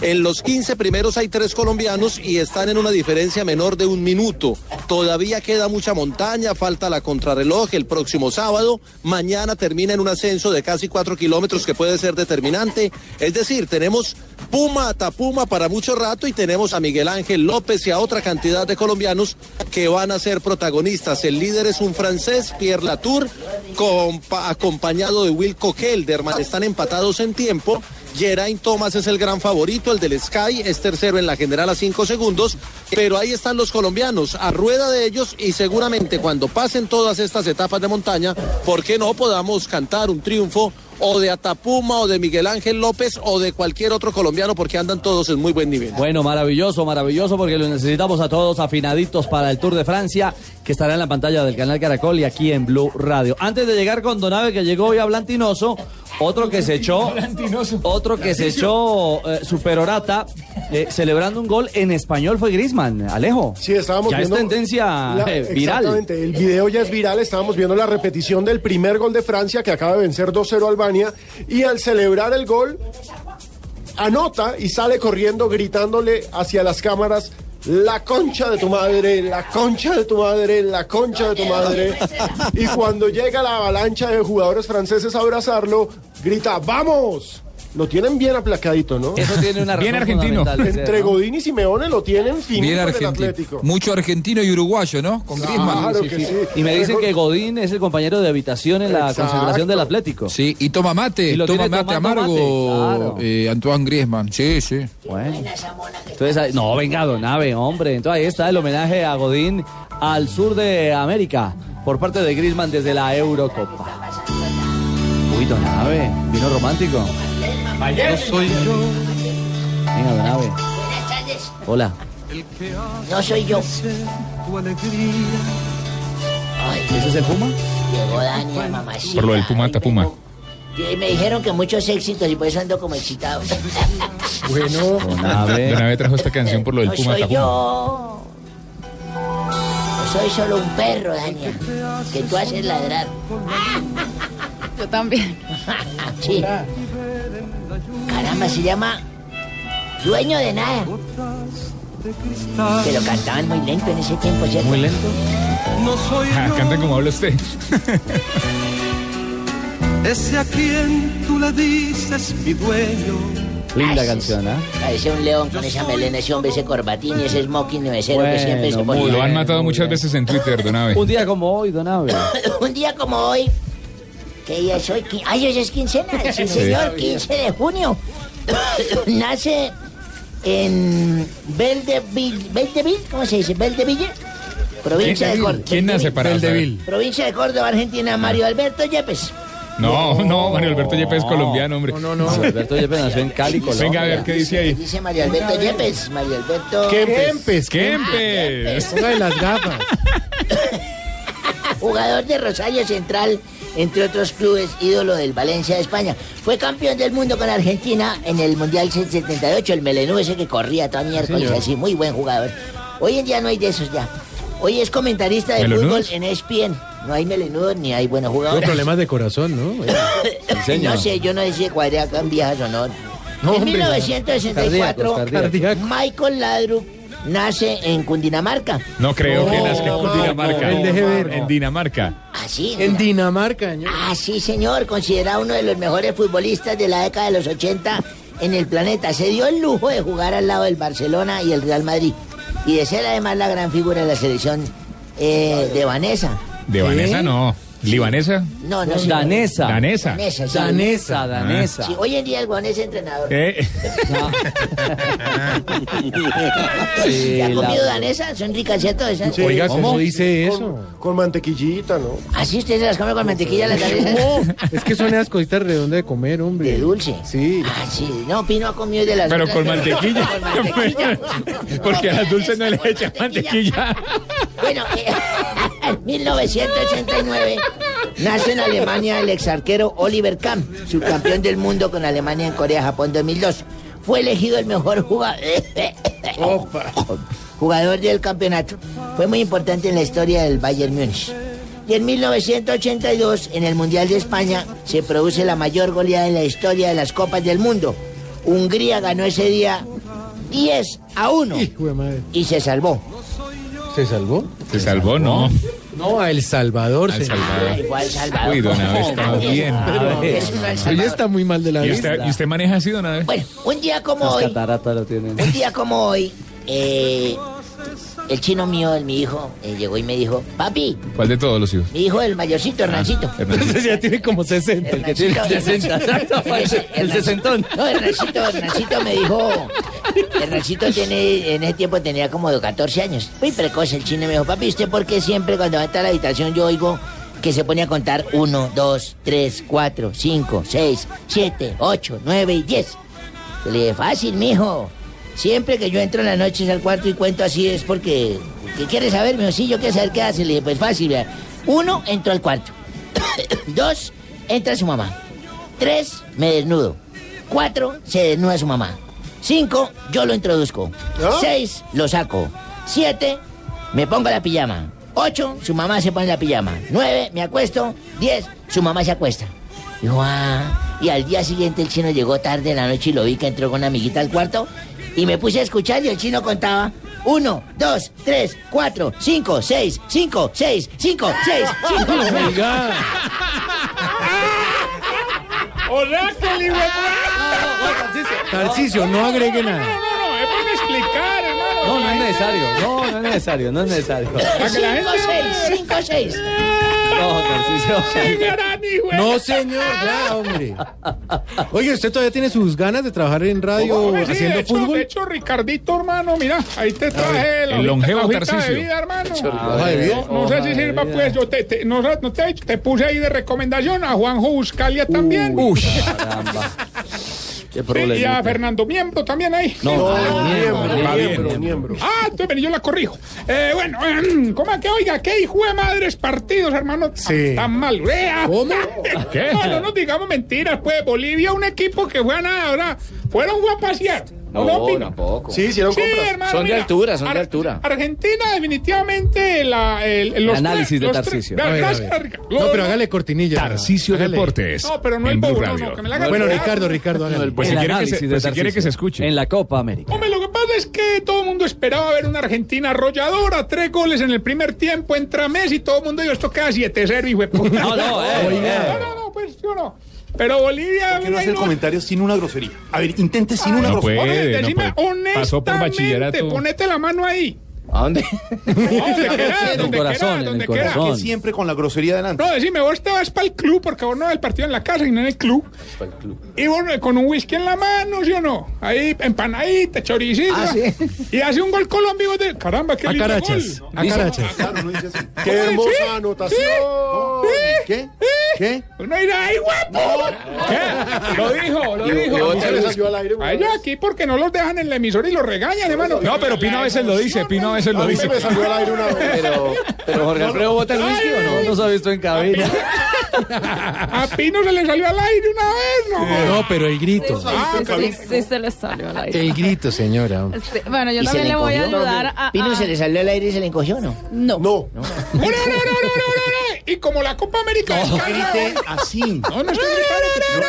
en los 15 primeros hay tres colombianos y están en una diferencia menor de un minuto. Todavía queda mucha montaña, falta la contrarreloj el próximo sábado. Mañana termina en un ascenso de casi cuatro kilómetros que puede ser determinante. Es decir, tenemos Puma a Tapuma para mucho rato y tenemos a Miguel Ángel López y a otra cantidad de colombianos que van a ser protagonistas. El líder es un francés, Pierre Latour, compa- acompañado de Wilco Kelderman. Están empatados en tiempo. Geraint Thomas es el gran favorito, el del Sky, es tercero en la general a cinco segundos, pero ahí están los colombianos, a rueda de ellos y seguramente cuando pasen todas estas etapas de montaña, ¿por qué no podamos cantar un triunfo o de Atapuma o de Miguel Ángel López o de cualquier otro colombiano porque andan todos en muy buen nivel? Bueno, maravilloso, maravilloso, porque los necesitamos a todos afinaditos para el Tour de Francia, que estará en la pantalla del canal Caracol y aquí en Blue Radio. Antes de llegar con Donave, que llegó hoy a Blantinoso, otro que se echó, otro que se echó eh, superorata, eh, celebrando un gol en español fue Grisman. Alejo. Sí, estábamos ya viendo es tendencia la- eh, viral. Exactamente, el video ya es viral. Estábamos viendo la repetición del primer gol de Francia que acaba de vencer 2-0 a Albania. Y al celebrar el gol, anota y sale corriendo gritándole hacia las cámaras. La concha de tu madre, la concha de tu madre, la concha de tu madre. Y cuando llega la avalancha de jugadores franceses a abrazarlo, grita, ¡vamos! Lo tienen bien aplacadito, ¿no? Eso tiene una Bien razón argentino. fundamental, Entre ¿no? Godín y Simeone lo tienen finito Bien en el argentino. Atlético. Mucho argentino y uruguayo, ¿no? Con Griezmann. Claro que sí. Ah, Y me dicen que Godín es el compañero de habitación en la Exacto. concentración del Atlético. Sí, y toma mate, Y lo toma tiene mate tomando amargo mate, claro. eh, Antoine Griezmann. Sí, sí. Entonces, ahí- no, venga, don Ave, hombre. Entonces ahí está el homenaje a Godín al sur de América por parte de Griezmann desde la Eurocopa. Uy, don Ave, vino romántico. Yo soy yo. Venga, don Ave. Buenas tardes. Hola. No soy yo. ¿Ese es el Puma? Llegó Dani, la mamacita. Por lo del Puma Tapuma. Y me dijeron que muchos éxitos y por eso ando como excitado. Bueno, Don Abe trajo esta canción por lo del Ah, No Puma soy Tapuma. yo. No soy solo un perro, Daniel, que tú haces ladrar. Yo también. sí. Caramba, se llama Dueño de Nada. Pero cantaban muy lento en ese tiempo, ¿cierto? Muy lento. No soy Ah, canta como habla usted. Ese a quien tú le dices mi dueño. Linda canción, ¿ah? Parece un león con esa melena, ese hombre, ese corbatín y ese smoking de mesero que siempre se Uy, ponía. lo han matado muchas veces en Twitter, Don Abe. Un día como hoy, don Ave. un día como hoy, que día es hoy, Qui- ay, hoy es quincena, sí, Sí. señor, 15 de junio, nace en Beldeville, Beldeville, ¿cómo se dice? Beldeville, provincia de Córdoba. ¿Quién nace para Ah. Beldeville. Provincia de Córdoba, Argentina, Mario Alberto Yepes. No, no, Mario Alberto Yepes es colombiano, hombre. No, no, Mario Alberto Yepes nació en Cali, Colombia. Venga, a ver, ¿qué dice ahí? Dice Mario Alberto Yepes, Mario Alberto... Kempes, Kempes. de las gafas. Jugador de Rosario Central, entre otros clubes, ídolo del Valencia de España. Fue campeón del mundo con Argentina en el Mundial 78, el melenú ese que corría toda miércoles, Señor. así, muy buen jugador. Hoy en día no hay de esos ya. Hoy es comentarista de ¿Melenudos? fútbol en E ESPN. No hay melenudos ni hay buenos Tuvo jugadores. problemas de corazón, ¿no? Bueno, No sé, yo no decía cuadré acá en viejas o no. No, en hombre, 1964, cardíacos, cardíacos. Michael Laudrup nace en Cundinamarca. No creo que nazca en Dinamarca. no, deje ver. En Dinamarca. Así. En Dinamarca, señor. Ah, sí, señor. Considerado uno de los mejores futbolistas de la década de los 80 en el planeta. Se dio el lujo de jugar al lado del Barcelona y el Real Madrid. Y de ser además la gran figura de la selección eh, de Vanessa. De Vanessa no. ¿Libanesa? No, no, sí. Danesa. Danesa. Ah. Danesa, sí. Ah, Danesa, danesa. Sí, hoy en día el Guanés es entrenador. Eh. ¿Te ha la- comido danesa? Son ricas, ¿cierto? Esas? Oiga, ¿cómo, dice eso? Con mantequillita, ¿no? Así ustedes las comen con mantequilla las danesas. Es que son esas cositas redondas de comer, hombre. De dulce. Sí. Ah, sí. No, Pino ha comido de las Pero otras, con mantequilla. con mantequilla. Porque a las dulces no le echan mantequilla. Bueno, eh, en 1989 nace en Alemania el exarquero Oliver Kahn, subcampeón del mundo con Alemania en Corea-Japón 2002. Fue elegido el mejor jugador, jugador del campeonato. Fue muy importante en la historia del Bayern Múnich. Y en 1982, en el Mundial de España, se produce la mayor goleada en la historia de las Copas del Mundo. Hungría ganó ese día 10 a 1 y se salvó. ¿Se salvó? Se salvó, no. No, a El Salvador. Al se- Salvador. Ah, igual Salvador. Uy, don Abe está Oye, bien. pero es un El Salvador. Ella está muy mal de la ¿Y vida. usted, y usted maneja así, don Abe? Bueno, un día como hoy, cataratas lo tienen. un día como hoy, eh, el chino mío, el, mi hijo, eh, llegó y me dijo, papi, ¿Cuál de todos los hijos? Ah, mi hijo, el mayorcito, Hernancito. Entonces ya tiene como 60. El que tiene 60, exacto, el sesentón. No, Hernancito, Hernancito me dijo, Hernancito tiene, en ese tiempo tenía como de 14 años. Muy precoz el chino y me dijo, papi, ¿usted por qué siempre cuando va a estar a la habitación yo oigo que se pone a contar 1, 2, 3, 4, 5, 6, 7, 8, 9 y 10? Yo Le dije, fácil, mijo. Siempre que yo entro en las noches al cuarto y cuento así es porque... ¿Qué quieres saber, mijo? Sí, yo quiero saber qué hace. Le dije, pues fácil, vea. Uno, entro al cuarto. Dos, entra su mamá. Tres, me desnudo. Cuatro, se desnuda su mamá. Cinco, yo lo introduzco. Seis, lo saco. Siete, me pongo la pijama. Ocho, su mamá se pone la pijama. Nueve, me acuesto. Diez, su mamá se acuesta. Dijo, ah. Y al día siguiente el chino llegó tarde en la noche y lo vi que entró con una amiguita al cuarto. Y me puse a escuchar y el chino contaba. Uno, dos, tres, cuatro, cinco, seis, cinco, seis, cinco, seis, cinco. Oiga. ¡Oráculo, Tarcicio, no agregue nada. no, es para explicar, hermano. No, no es necesario. No, no es necesario, no es necesario. 5, 6, 5, 6. No, Tarcisio. No, señor, ya, hombre. Oye, ¿usted todavía tiene sus ganas de trabajar en radio Hombre, Oh, sí, haciendo de hecho, fútbol? de hecho, Ricardito, hermano, mira, ahí te traje la el longevo Ah, hojita- la hojita de Tarcisio. vida, hermano. Hoja de vida. No, no sé Hoja si de sirva, vida. pues, yo te, te- no, no te, he dicho, te puse ahí de recomendación a Juanjo Buscalia también. Qué Sí, y problema. a Fernando Miembro también ahí. No, Sí. no, miembro, Va bien. miembro, Ah, entonces vení, yo la corrijo. Eh, bueno, em, ¿cómo es que oiga? ¿Qué hijo de madres partidos, hermano? Tan- Sí. Tan mal. ¿Cómo? ¿Qué? No, no nos digamos mentiras, pues. Bolivia, un equipo que fue a nada, ahora fueron fue a pasear. No, Colombia. tampoco. Sí, hicieron compras. Son de mira, altura, son de Ar- altura. Argentina, definitivamente, la, el, el- los El análisis tres- de los tres- Tarcisio. Vea, A ver, a gracias, ver. Ricardo. No, pero hágale cortinilla. Tarcisio Hágale. Deportes, No, pero no en el Blue bobo, Radio. no, no, que me la No, haga el Bueno, bobo. Ricardo, Ricardo, hágale. Pues si El quiere que se- análisis de pues si quiere Tarcisio. que se escuche. En la Copa América. Hombre, lo que pasa es que todo el mundo esperaba ver una Argentina arrolladora, tres goles en el primer tiempo, entra Messi, todo el mundo dijo esto queda 7-0 y No, no, eh. no, no, no, pues yo no. Pero Bolivia, Ah, ¿Por qué no hacer comentarios sin una grosería? A ver, intente sin una No grosería. puede, decime Pasó por honestamente, bachillerato. ponete la mano ahí. ¿A dónde? En el corazón, en el corazón. Que siempre con la grosería delante. No, decime, vos te vas para el club, porque vos no vas al partido en la casa, sino en el club. Y bueno, con un whisky en la mano, ¿sí o no? Ahí, empanadita, choricito. Ah, Y hace un gol Colombia y vos te- caramba, qué A lindo carachas, gol. a carachas. Ah, ¡Qué hermosa ¿Sí? anotación! ¿Qué? ¿Qué? Uno dirá, ¡ay, guapo! ¿Qué? Lo dijo, lo Y- y dijo. vos te lo salió al aire, A ellos aquí porque no los dejan en la emisora y los regañan, hermano. No, pero Pino a veces lo dice, Pino a veces lo dice. Pero, pero Jorge Alfredo bota el whisky o no? No se ha visto en cabina. A Pino se le salió al aire una vez, ¿no? No, pero el grito. Sí, sí, se le salió al aire. El grito, señora. Sí, bueno, yo ¿Y se también le le voy a encogió? ayudar a. Pino a- se le salió al aire y se le encogió, ¿no? No. No. Y como la Copa América No descarga- grite así. No, no estoy gritando.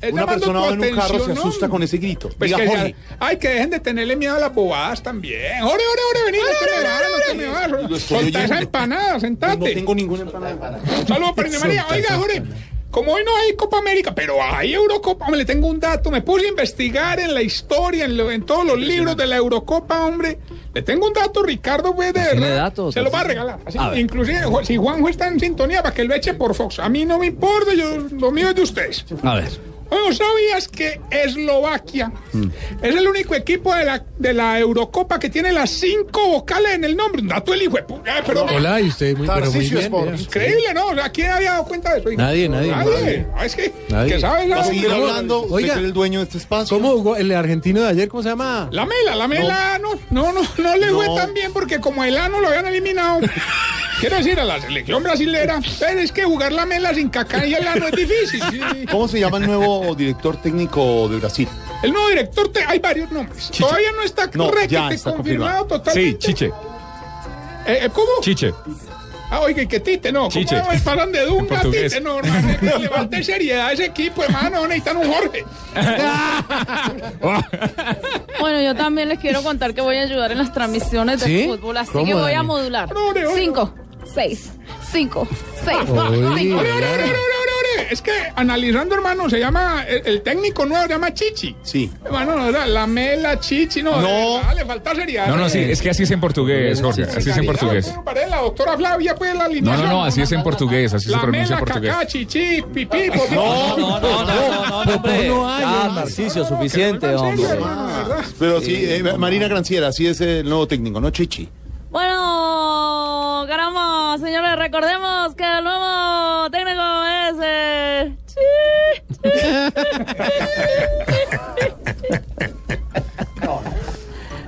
Es Una llamando persona tu va en un carro, se atención, asusta hombre. con ese grito. Pues Diga, que Jorge. ya- ay, que dejen de tenerle miedo a las bobadas también. Ore, ore, ore, vení, no te me vas, no te me vas. estoy Soltá esa oyendo. empanada, sentate. No tengo ninguna empanada. Saludos, Pereña María. Soltá Oiga, esa Jorge, como hoy no hay Copa América, pero hay Eurocopa, hombre, le tengo un dato. Me puse a investigar en la historia, en, lo- en todos los libros de la Eurocopa, hombre. Le tengo un dato, Ricardo, pues, de ¿Tiene verdad. datos? Se lo va a regalar. Así, A ver. inclusive, Ju- si Juanjo está en sintonía, para que lo eche por Fox. A mí no me importa, yo, lo mío es de ustedes. A ver. ¿No Oh, sabías que Eslovaquia Mm. es el único equipo de la, de la Eurocopa que tiene las cinco vocales en el nombre? Un dato el hijo de pu- ah, pero- Hola, y usted muy, pero muy Tarcisio bien. Sport. mira. Increíble, ¿no? O sea, ¿Quién había dado cuenta de eso? Nadie, nadie. Nadie. Ah, Es que, que sabes, Va a ¿no? seguir Pero- hablando, usted que es el dueño de este espacio. ¿Cómo jugó el argentino de ayer? ¿Cómo se llama? La mela, la mela, no, no, no, no le fue No. tan bien porque como el ano lo habían eliminado. Quiero decir, a la selección brasilera, pero es que jugar la mela sin caca y el ano es difícil. sí. ¿Cómo se llama el nuevo director técnico de Brasil? El nuevo director, te- hay varios nombres. Todavía no está No, correcto, ya te está confirmado confirmado. totalmente. Chiche. Eh, eh, ¿Cómo? Chiche. Ah, oiga, y que Tite, no. Chiche. ¿Cómo me paran de Dunga, a portugués. Tite? No, hermano, que le falte seriedad a ese equipo, hermano. Necesitan un Jorge. Bueno, yo también les quiero contar que voy a ayudar en las transmisiones de ¿Sí? fútbol, así ¿Cómo, que voy a Dani? modular. Cinco, seis, cinco, Ore, seis, cinco. ore, ore, ore, ore, ore. Es que analizando, hermano, se llama. El, el técnico nuevo se llama Chichi. Sí. Hermano, no, era la mela, Chichi, no. No. de verdad, le falta seriedad. No, Eh, no, sí, sí, sí, es sí, que así es en portugués, Jorge. sí, Así es en calidad, portugués. bueno, parece La doctora Flavia, pues, la No, alineación. no, no, así es en portugués. Así se La pronuncia mela, en portugués. cacá, chichi, pipí, porque- No, No, no, no, no, no, hombre. Ah, Tarcisio, suficiente, hombre. Pero sí, eh, Marina Granciera, así es el nuevo técnico, ¿no, Chichi? Bueno, caramba, señores, recordemos que el nuevo técnico es. eh, Chi-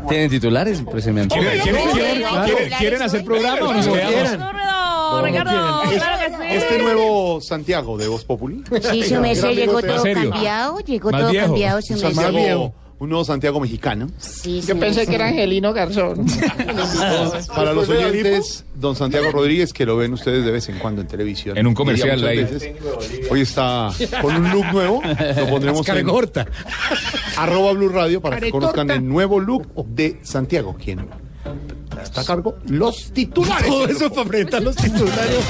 ¿Tienen titulares? Pues se me han- ¿Quieren- quieren- quieren- quieren- quieren hacer programa o nos quedamos? Ricardo, Ricardo, claro que sí. Este nuevo Santiago de Voz Populi. Sí, su merced llegó todo cambiado, llegó todo cambiado, su Un merced. Santiago, un nuevo Santiago mexicano. Ah. Sí, Pues, Yo su pensé que era merced. Angelino Garzón. Para los oyentes, don Santiago Rodríguez, que lo ven ustedes de vez en cuando en televisión. En un comercial Diría muchas ahí. veces. Hoy está con un look nuevo. Lo pondremos en arroba Blue Radio para que Caretorta. conozcan el nuevo look de Santiago, quien está a cargo los titulares. Todo eso para presentar los titulares.